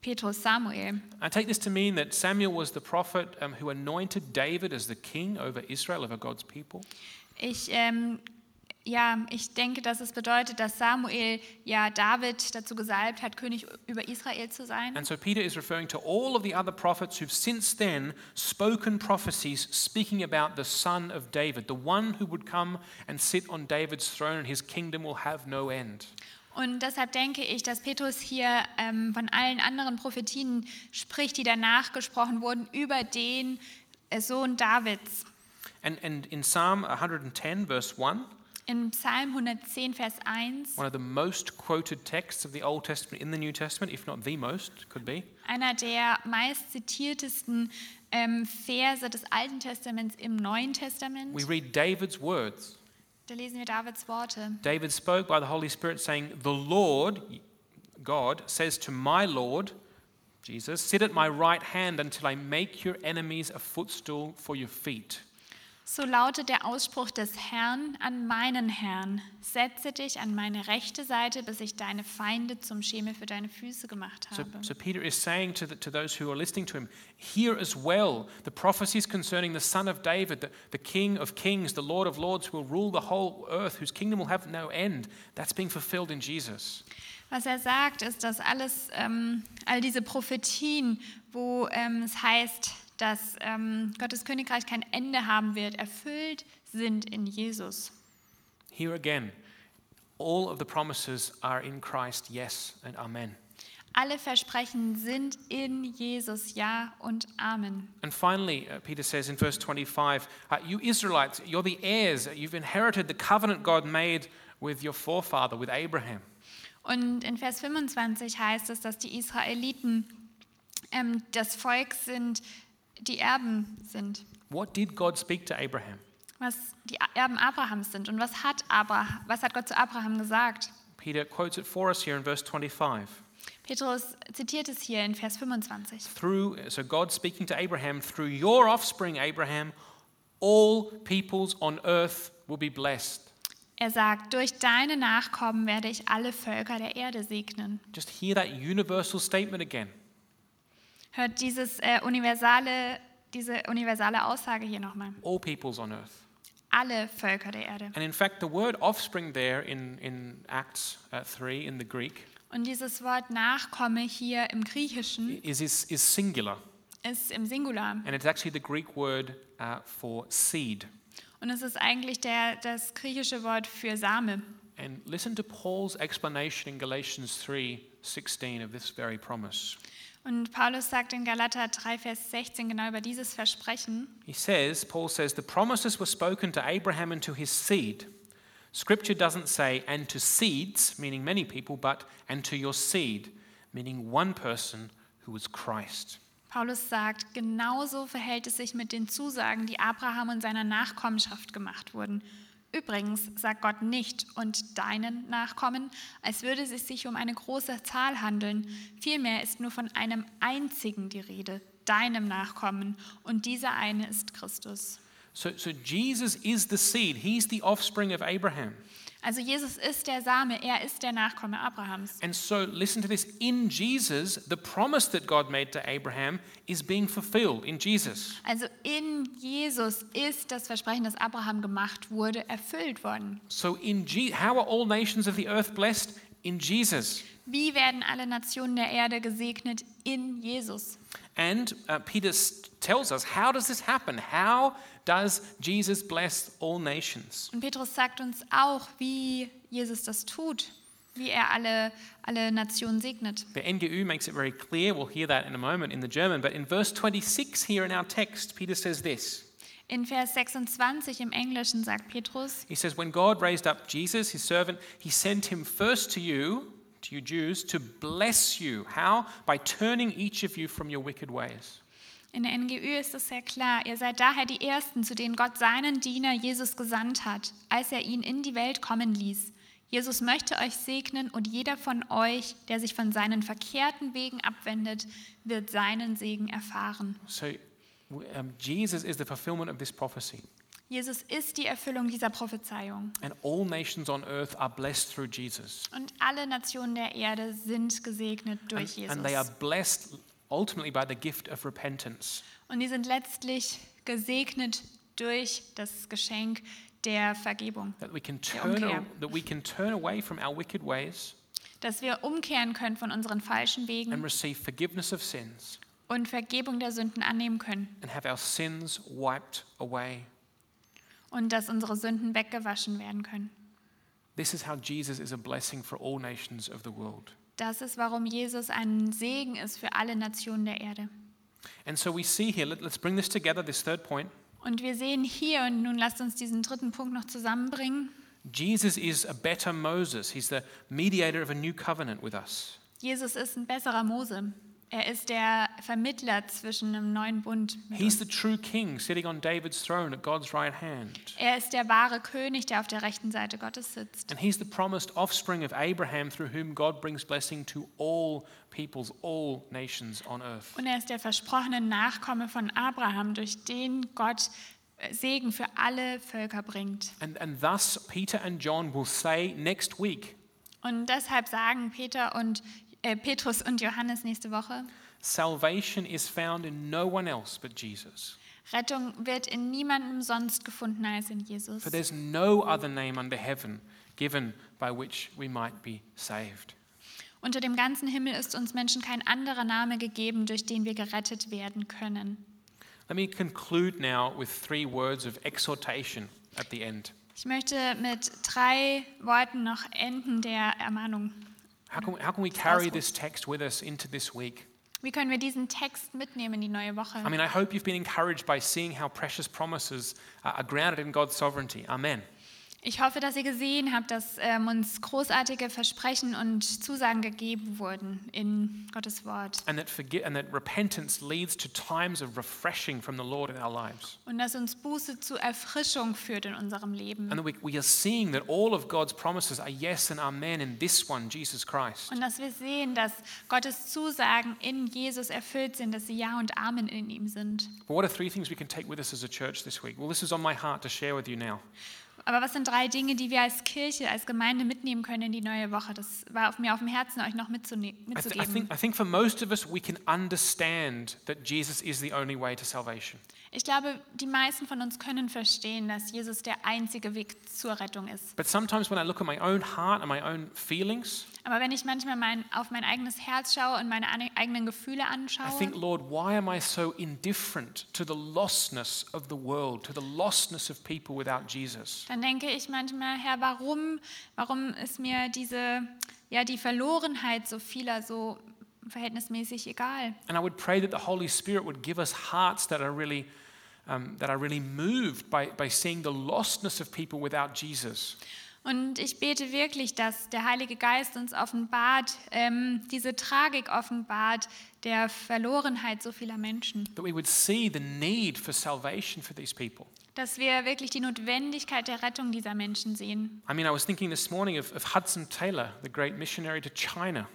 Speaker 1: Petrus Samuel.
Speaker 2: I take this to mean that Samuel was the prophet um, who anointed David as the king over Israel, over God's people.
Speaker 1: Ich, ähm, ja, ich denke, dass es bedeutet, dass Samuel ja David dazu gesalbt hat, König über Israel zu sein.
Speaker 2: And so Peter is referring to all of the other prophets who've since then spoken prophecies speaking about the son of David, the one who would come and sit on David's throne and his kingdom will have no end.
Speaker 1: Und deshalb denke ich, dass Petrus hier ähm, von allen anderen Prophetien spricht, die danach gesprochen wurden, über den äh, Sohn Davids.
Speaker 2: And, and in Psalm 110, verse 1,
Speaker 1: In Psalm 110, Vers 1,
Speaker 2: one of the most quoted texts of the Old Testament in the New Testament, if not the most, could be.
Speaker 1: einer der meist zitiertesten ähm, Verse des Alten Testaments im Neuen Testament,
Speaker 2: We read David's words.
Speaker 1: da lesen wir Davids Worte.
Speaker 2: David spoke by the Holy Spirit, saying, The Lord, God, says to my Lord, Jesus, sit at my right hand until I make your enemies a footstool for your feet.
Speaker 1: So lautet der Ausspruch des Herrn an meinen Herrn. Setze dich an meine rechte Seite, bis ich deine Feinde zum Schemel für deine Füße gemacht
Speaker 2: So,
Speaker 1: habe.
Speaker 2: so Peter is saying to, the, to those who are listening to him, hear as well the prophecies concerning the Son of David, the, the King of kings, the Lord of lords, who will rule the whole earth, whose kingdom will have no end. That's being fulfilled in Jesus.
Speaker 1: Was er sagt, ist, dass alles, ähm, all diese Prophetien, wo ähm, es heißt, dass ähm, Gottes Königreich kein Ende haben wird, erfüllt sind in Jesus.
Speaker 2: Here again, all of the promises are in Christ, yes and amen.
Speaker 1: Alle Versprechen sind in Jesus Ja und Amen.
Speaker 2: And finally, uh, Peter says in verse 25, uh, You Israelites, you're the heirs. You've inherited the covenant God made with your forefather, with Abraham.
Speaker 1: Und in Vers 25 heißt es, dass die Israeliten ähm, das Volk sind, die Erben sind,
Speaker 2: What did God speak to Abraham?
Speaker 1: was die A- Erben Abrahams sind. Und was hat, Abra was hat Gott zu Abraham gesagt?
Speaker 2: Peter quotes it for us here in verse 25.
Speaker 1: Petrus zitiert es hier in Vers 25.
Speaker 2: Through, so God speaking to Abraham, through your offspring, Abraham, all peoples on earth will be blessed.
Speaker 1: Er sagt, durch deine Nachkommen werde ich alle Völker der Erde segnen.
Speaker 2: Just hear that universal statement again.
Speaker 1: Hört dieses, äh, universale, diese universale Aussage hier nochmal.
Speaker 2: All peoples on earth.
Speaker 1: Alle Völker der Erde.
Speaker 2: And in fact, the word offspring there in, in Acts uh, 3 in the Greek
Speaker 1: Und dieses Wort Nachkomme hier im Griechischen
Speaker 2: is, is, is singular.
Speaker 1: ist im Singular.
Speaker 2: And it's actually the Greek word uh, for seed.
Speaker 1: Und es ist eigentlich der, das griechische Wort für Same.
Speaker 2: And listen to Paul's explanation in Galatians 3 16 of this very promise.
Speaker 1: Und Paulus sagt in Galater 3, Vers 16 genau über dieses Versprechen.
Speaker 2: He says, Paul says, the promises were spoken to Abraham and to his seed. Scripture doesn't say, and to seeds, meaning many people, but and to your seed, meaning one person who was Christ.
Speaker 1: Paulus sagt, genauso verhält es sich mit den Zusagen, die Abraham und seiner Nachkommenschaft gemacht wurden. Übrigens sagt Gott nicht und deinen Nachkommen, als würde es sich um eine große Zahl handeln. Vielmehr ist nur von einem einzigen die Rede, deinem Nachkommen. Und dieser eine ist Christus.
Speaker 2: So, so Jesus is the seed, he's the offspring of Abraham.
Speaker 1: Also Jesus ist der Same, er ist der Nachkomme Abrahams.
Speaker 2: And so, listen to this in Jesus, the promise that God made to Abraham is being fulfilled in Jesus.
Speaker 1: Also in Jesus ist das Versprechen, das Abraham gemacht wurde, erfüllt worden.
Speaker 2: So, in Je- how are all nations of the earth blessed? In Jesus.
Speaker 1: Wie werden alle Nationen der Erde gesegnet in Jesus?
Speaker 2: And uh, Peter s- tells us how does this happen? How does Jesus bless all nations?
Speaker 1: Und Petrus sagt uns auch, wie Jesus das tut, wie er alle, alle Nationen segnet.
Speaker 2: The NGU makes it very clear. We'll hear that in a moment in the German. But in verse 26 here in our text, Peter says this.
Speaker 1: In Vers 26 im Englischen sagt Petrus,
Speaker 2: He says, When God raised up Jesus, his servant, he sent him first to you, to you Jews, to bless you. How? By turning each of you from your wicked ways.
Speaker 1: In der NGÜ ist es sehr klar, ihr seid daher die Ersten, zu denen Gott seinen Diener Jesus gesandt hat, als er ihn in die Welt kommen ließ. Jesus möchte euch segnen und jeder von euch, der sich von seinen verkehrten Wegen abwendet, wird seinen Segen erfahren.
Speaker 2: So w- um, Jesus is the fulfillment of this prophecy.
Speaker 1: Jesus ist die Erfüllung dieser Prophezeiung.
Speaker 2: And all nations on earth are blessed through Jesus.
Speaker 1: Und alle Nationen der Erde sind gesegnet durch
Speaker 2: and, and they are
Speaker 1: Jesus.
Speaker 2: blessed ultimately by the gift of repentance.
Speaker 1: Und die sind letztlich gesegnet durch das Geschenk der Vergebung.
Speaker 2: That we can
Speaker 1: Ja,
Speaker 2: turn,
Speaker 1: umkehr.
Speaker 2: that we can turn away from our wicked ways
Speaker 1: Dass wir umkehren können von unseren falschen Wegen
Speaker 2: and receive forgiveness of sins
Speaker 1: und Vergebung der Sünden annehmen können
Speaker 2: and have our sins wiped away.
Speaker 1: und dass unsere Sünden weggewaschen werden können.
Speaker 2: This is how Jesus is a blessing for all nations of the world.
Speaker 1: Das ist, warum Jesus ein Segen ist für alle Nationen der Erde.
Speaker 2: And so we see here, let, us bring this together, this third point.
Speaker 1: Und wir sehen hier, und nun lasst uns diesen dritten Punkt noch zusammenbringen,
Speaker 2: Jesus is a better Moses. He's the mediator of a new covenant with us.
Speaker 1: Jesus ist ein besserer Mose. Er ist der Vermittler zwischen einem neuen Bund. Mit
Speaker 2: He's
Speaker 1: uns.
Speaker 2: the true king sitting on David's throne at God's right hand.
Speaker 1: Er ist der wahre König, der auf der rechten Seite Gottes sitzt.
Speaker 2: And he's the promised offspring of Abraham through whom God brings blessing to all peoples, all nations on earth.
Speaker 1: Und er ist der versprochene Nachkomme von Abraham, durch den Gott äh, Segen für alle Völker bringt.
Speaker 2: And, and thus, Peter and John will say next week,
Speaker 1: Und deshalb sagen Peter und äh, Petrus und Johannes nächste Woche,
Speaker 2: salvation is found in no one else but Jesus.
Speaker 1: Rettung wird in niemandem sonst gefunden als in Jesus.
Speaker 2: For there's no other name under heaven given by which we might be saved.
Speaker 1: Unter dem ganzen Himmel ist uns Menschen kein anderer Name gegeben, durch den wir gerettet werden können.
Speaker 2: Let me conclude now with three words of exhortation at the end.
Speaker 1: Ich Ich möchte mit drei Worten noch enden der Ermahnung.
Speaker 2: How can we, how can we carry this text with us into this week?
Speaker 1: Wie können wir diesen Text mitnehmen in die neue Woche?
Speaker 2: I mean, I hope you've been encouraged by seeing how precious promises are are grounded in God's sovereignty. Amen.
Speaker 1: Ich hoffe, dass ihr gesehen habt, dass ähm, uns großartige Versprechen und Zusagen gegeben wurden in Gottes Wort.
Speaker 2: And that, forgi- and that repentance leads to times of refreshing from the Lord in our lives.
Speaker 1: Und dass uns Buße zu Erfrischung führt in unserem Leben.
Speaker 2: And that we, we are seeing that all of God's promises are yes and amen in this one, Jesus Christ.
Speaker 1: Und dass wir sehen, dass Gottes Zusagen in Jesus erfüllt sind, dass sie Ja und Amen in ihm sind.
Speaker 2: But what are three things we can take with us as a church this week? Well, this is on my heart to share with you now.
Speaker 1: Aber was sind drei Dinge, die wir als Kirche, als Gemeinde mitnehmen können in die neue Woche? Das war auf mir auf dem Herzen, euch noch mitzune-
Speaker 2: I, th- I, think,
Speaker 1: mitzugeben.
Speaker 2: I think for most of us, we can understand that Jesus is the only way to salvation.
Speaker 1: Ich glaube, die meisten von uns können verstehen, dass Jesus der einzige Weg zur Rettung ist.
Speaker 2: But sometimes when I look at my own heart and my own feelings,
Speaker 1: Aber wenn ich manchmal mein, auf mein eigenes Herz schaue und meine ane- eigenen Gefühle
Speaker 2: I
Speaker 1: anschaue,
Speaker 2: think, Lord, why am I so indifferent to the lostness of the world, to the lostness of people without Jesus?
Speaker 1: dann denke ich manchmal, Herr, warum, warum ist mir diese, ja, die Verlorenheit so vieler so verhältnismäßig egal?
Speaker 2: And I would pray that the Holy Spirit would give us hearts that are really, um, that are really moved by, by seeing the lostness of people without Jesus.
Speaker 1: Und ich bete wirklich, dass der Heilige Geist uns offenbart, ähm, diese Tragik offenbart der Verlorenheit so vieler Menschen.
Speaker 2: That we would see the need for salvation for these people.
Speaker 1: Dass wir wirklich die Notwendigkeit der Rettung dieser Menschen sehen.
Speaker 2: I mean, I was thinking this morning of, of Hudson Taylor, the great missionary to China.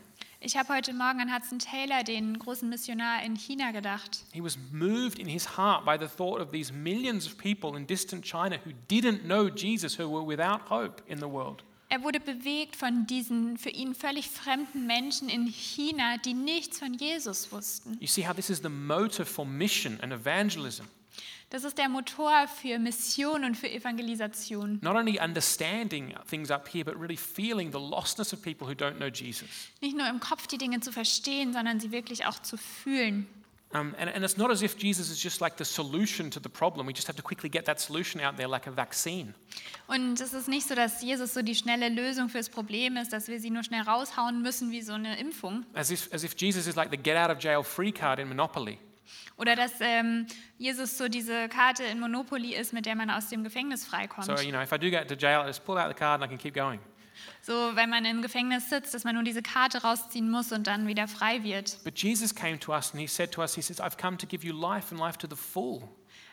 Speaker 1: Ich habe heute Morgen an Hudson Taylor, den großen Missionar in China, gedacht.
Speaker 2: He was moved in his heart by the thought of these millions of people in distant China who didn't know Jesus, who were without hope in the world.
Speaker 1: Er wurde bewegt von diesen für ihn völlig fremden Menschen in China, die nichts von Jesus wussten.
Speaker 2: You see how this is the motive for mission and evangelism.
Speaker 1: Das ist der Motor für Mission und für Evangelisation.
Speaker 2: Not only understanding things up here, but really feeling the lostness of people who don't know Jesus.
Speaker 1: Nicht nur im Kopf die Dinge zu verstehen, sondern sie wirklich auch zu fühlen.
Speaker 2: Um, and, and it's not as if Jesus is just like the solution to the problem. We just have to quickly get that solution out there like a vaccine.
Speaker 1: Und es ist nicht so, dass Jesus so die schnelle Lösung fürs Problem ist, dass wir sie nur schnell raushauen müssen wie so eine Impfung.
Speaker 2: As if, as if Jesus is like the get out of jail free card in Monopoly.
Speaker 1: Oder dass ähm, Jesus so diese Karte in Monopoly ist, mit der man aus dem Gefängnis freikommt.
Speaker 2: So, you know, if I do get to jail, I just pull out the card and I can keep going.
Speaker 1: So, wenn man im Gefängnis sitzt, dass man nur diese Karte rausziehen muss und dann wieder frei wird.
Speaker 2: But Jesus came to us and he said to us, He says, I've come to give you life and life to the full.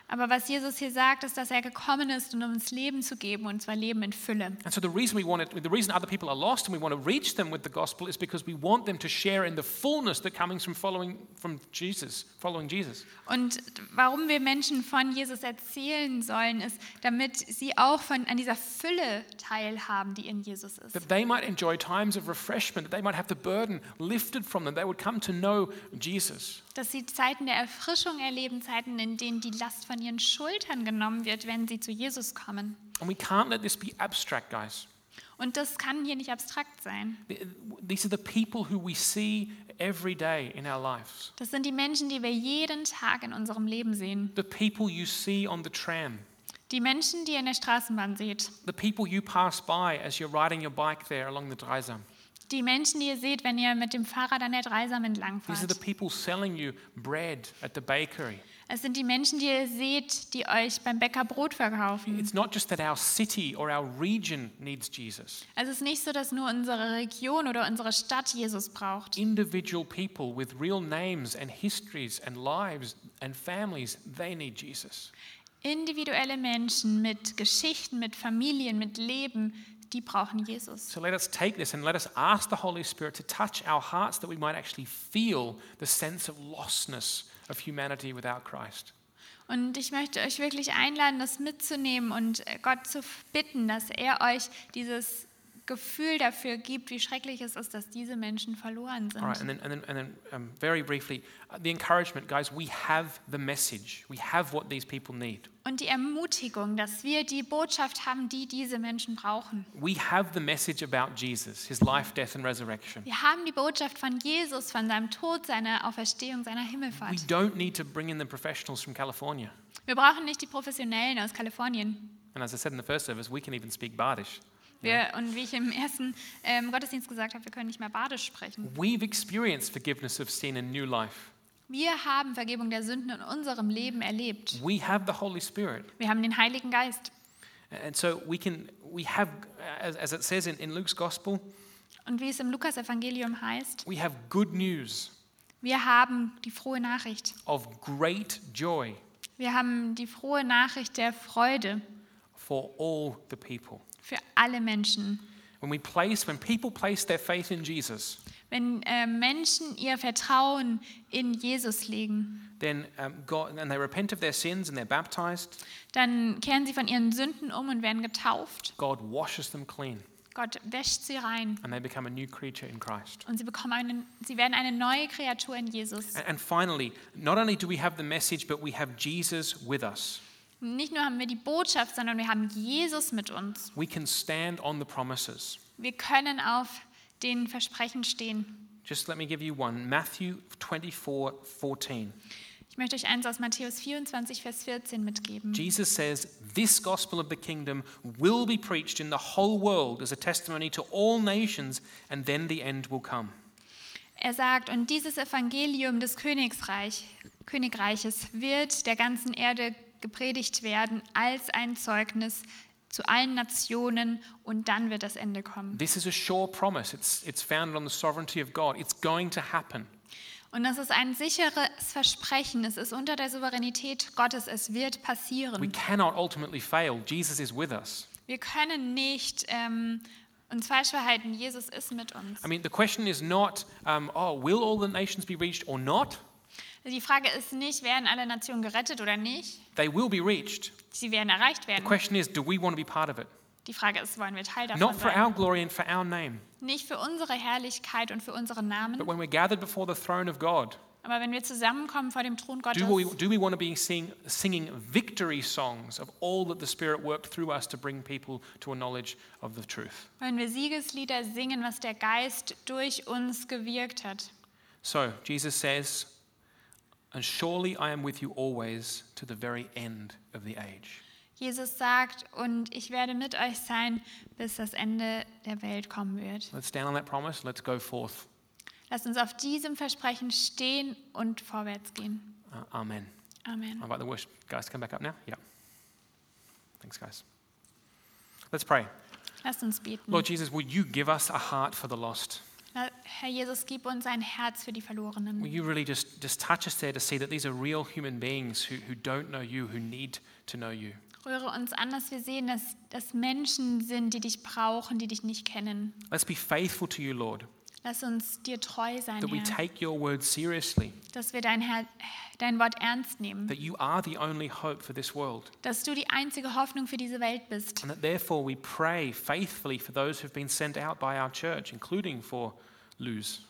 Speaker 1: Aber was Jesus hier sagt, ist, dass er gekommen ist, um uns Leben zu geben, und zwar Leben in Fülle.
Speaker 2: And so the reason we want it, the reason other people are lost and we want to reach them with the gospel is because we want them to share in the fullness that comes from following from Jesus, following Jesus.
Speaker 1: Und warum wir Menschen von Jesus erzählen sollen, ist, damit sie auch von, an dieser Fülle teilhaben, die in Jesus ist.
Speaker 2: That they might enjoy times of refreshment, that they might have the burden lifted from them, they would come to know Jesus.
Speaker 1: Dass sie Zeiten der Erfrischung erleben, Zeiten, in denen die Last von ihren Schultern genommen wird, wenn sie zu Jesus kommen.
Speaker 2: And we can't let this be abstract, guys.
Speaker 1: Und das kann hier nicht abstrakt sein.
Speaker 2: Th- These are the people who we see every day in our lives.
Speaker 1: Das sind die Menschen, die wir jeden Tag in unserem Leben sehen.
Speaker 2: The people you see on the tram,
Speaker 1: Die Menschen, die ihr in der Straßenbahn seht.
Speaker 2: the people you pass by as you're riding your bike there along the Dreisam.
Speaker 1: Die Menschen, die ihr seht, wenn ihr mit dem Fahrrad an der Dreisam
Speaker 2: These are the
Speaker 1: entlangfahrt.
Speaker 2: people selling you bread at the bakery.
Speaker 1: Es sind die Menschen, die ihr seht, die euch beim Bäcker Brot verkaufen.
Speaker 2: It's not just that our city or our region needs Jesus.
Speaker 1: Also es ist nicht so, dass nur unsere Region oder unsere Stadt Jesus braucht.
Speaker 2: Individual people with real names and histories and lives and families, they need Jesus.
Speaker 1: Individuelle Menschen mit Geschichten, mit Familien, mit Leben, die brauchen Jesus.
Speaker 2: So let us take this and let us ask the Holy Spirit to touch our hearts that we might actually feel the sense of lostness of humanity without Christ.
Speaker 1: Und ich möchte euch wirklich einladen, das mitzunehmen und Gott zu bitten, dass er euch dieses Gefühl dafür gibt, wie schrecklich es ist, dass diese Menschen verloren
Speaker 2: All right,
Speaker 1: sind.
Speaker 2: and then, and then, and then um, very briefly, uh, the encouragement, guys, we have the message, we have what these people need.
Speaker 1: Und die Ermutigung, dass wir die Botschaft haben, die diese Menschen brauchen.
Speaker 2: We have the message about Jesus, his life, death, and resurrection.
Speaker 1: Wir haben die Botschaft von Jesus, von seinem Tod, seiner Auferstehung, seiner
Speaker 2: We
Speaker 1: Himmelfahrt.
Speaker 2: don't need to bring in the professionals from California.
Speaker 1: Wir brauchen nicht die Professionellen aus Kalifornien.
Speaker 2: And as I said in the first service, we can even speak Bardish.
Speaker 1: Wir, und wie ich im ersten ähm, Gottesdienst gesagt habe, wir können nicht mehr Badisch sprechen.
Speaker 2: We've experienced forgiveness of sin and new life.
Speaker 1: Wir haben Vergebung der Sünden in unserem Leben erlebt.
Speaker 2: We have the Holy Spirit.
Speaker 1: Wir haben den Heiligen Geist.
Speaker 2: And so we can, we have, as, as it says in, in Luke's gospel,
Speaker 1: Und wie es im Lukas-Evangelium heißt,
Speaker 2: we have good news
Speaker 1: wir haben die frohe Nachricht.
Speaker 2: of great joy
Speaker 1: Wir haben die frohe Nachricht der Freude
Speaker 2: for all the people.
Speaker 1: für alle Menschen.
Speaker 2: When we place, when people place their faith in Jesus,
Speaker 1: Wenn äh, Menschen ihr Vertrauen in Jesus legen,
Speaker 2: then um, God, and they repent of their sins and they're baptized,
Speaker 1: dann kehren sie von ihren Sünden um und werden getauft.
Speaker 2: God washes them clean
Speaker 1: Gott wäscht sie rein
Speaker 2: and they become a new creature in Christ.
Speaker 1: und sie, bekommen einen, sie werden eine neue Kreatur in Jesus.
Speaker 2: And, and finally, not only do we have the message, but we have Jesus with us.
Speaker 1: Nicht nur haben wir die Botschaft, sondern wir haben Jesus mit uns.
Speaker 2: We can stand on the promises.
Speaker 1: Wir können auf den Versprechen stehen.
Speaker 2: Just let me give you one Matthew 24 14.
Speaker 1: Ich möchte euch eins aus Matthäus 24, Vers 14 mitgeben.
Speaker 2: Jesus says, This gospel of the kingdom will be preached in the whole world as a testimony to all nations, and then the end will come.
Speaker 1: Er sagt, und dieses Evangelium des Königsreich, Königreiches wird der ganzen Erde gepredigt werden als ein Zeugnis zu allen Nationen und dann wird das Ende kommen.
Speaker 2: This is a sure promise. It's, it's founded on the sovereignty of God. It's going to happen.
Speaker 1: Und das ist ein sicheres Versprechen. Es ist unter der Souveränität Gottes. Es wird
Speaker 2: We
Speaker 1: passieren.
Speaker 2: cannot ultimately fail. Jesus is with us.
Speaker 1: Wir können nicht ähm, uns falsch verhalten. Jesus ist mit uns.
Speaker 2: I mean, the question is not, um, oh, will all the nations be reached or not?
Speaker 1: Die Frage ist nicht, werden alle Nationen gerettet oder nicht?
Speaker 2: They will be reached.
Speaker 1: Sie werden erreicht
Speaker 2: The
Speaker 1: werden.
Speaker 2: question is, do we want to be part of it?
Speaker 1: Die Frage ist, wollen wir Teil davon
Speaker 2: Not for
Speaker 1: sein?
Speaker 2: our glory and for our name,
Speaker 1: Nicht für unsere Herrlichkeit und für unseren Namen,
Speaker 2: but when we're gathered before the throne of God,
Speaker 1: aber wenn wir zusammenkommen vor dem Thron Gottes,
Speaker 2: Do we, do we want to be sing, singing victory songs of all that the Spirit worked through us to bring people to a knowledge of the truth?
Speaker 1: wollen wir Siegeslieder singen, was der Geist durch uns gewirkt hat.
Speaker 2: So Jesus says, And surely I am with you always to the very end of the age.
Speaker 1: Jesus sagt, und ich werde mit euch sein, bis das Ende der Welt kommen wird.
Speaker 2: Let's stand on that promise. Let's go forth.
Speaker 1: Lasst uns auf diesem Versprechen stehen und vorwärts gehen.
Speaker 2: Uh, amen.
Speaker 1: Amen.
Speaker 2: I invite the worship guys to come back up now. Yeah. Thanks, guys. Let's pray.
Speaker 1: Lasst uns beten.
Speaker 2: Lord Jesus, will you give us a heart for the lost?
Speaker 1: Na, Herr Jesus, gib uns ein Herz für die Verlorenen.
Speaker 2: Will you really just, just touch us there to see that these are real human beings who, who don't know you, who need to know you?
Speaker 1: Rühre uns an, dass wir sehen, dass das Menschen sind, die dich brauchen, die dich nicht kennen.
Speaker 2: Let's be faithful to you, Lord,
Speaker 1: Lass uns dir treu sein,
Speaker 2: that we
Speaker 1: Herr,
Speaker 2: take your word seriously,
Speaker 1: dass wir dein, Herr, dein Wort ernst nehmen,
Speaker 2: that you are the only hope for this world,
Speaker 1: dass du die einzige Hoffnung für diese Welt bist
Speaker 2: and that therefore we pray faithfully for those who've been sent out by our church, including for Luz.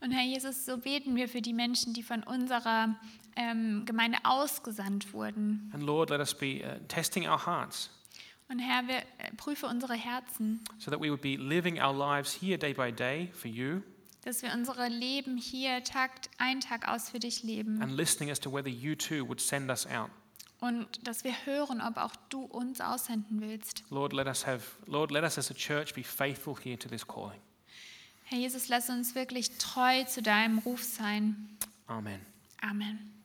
Speaker 1: Und Herr Jesus, so beten wir für die Menschen, die von unserer ähm, Gemeinde ausgesandt wurden.
Speaker 2: And Lord, let us be uh, testing our hearts
Speaker 1: Und Herr, wir, äh, prüfe unsere Herzen,
Speaker 2: so that we would be living our lives here day by day for you
Speaker 1: dass wir unsere Leben hier Tag ein, Tag aus für dich leben.
Speaker 2: and listening as to whether you too would send us out.
Speaker 1: Und dass wir hören, ob auch du uns aussenden willst.
Speaker 2: Lord, let us have Lord, let us as a church be faithful here to this calling.
Speaker 1: Herr Jesus, lass uns wirklich treu zu deinem Ruf sein.
Speaker 2: Amen.
Speaker 1: Amen.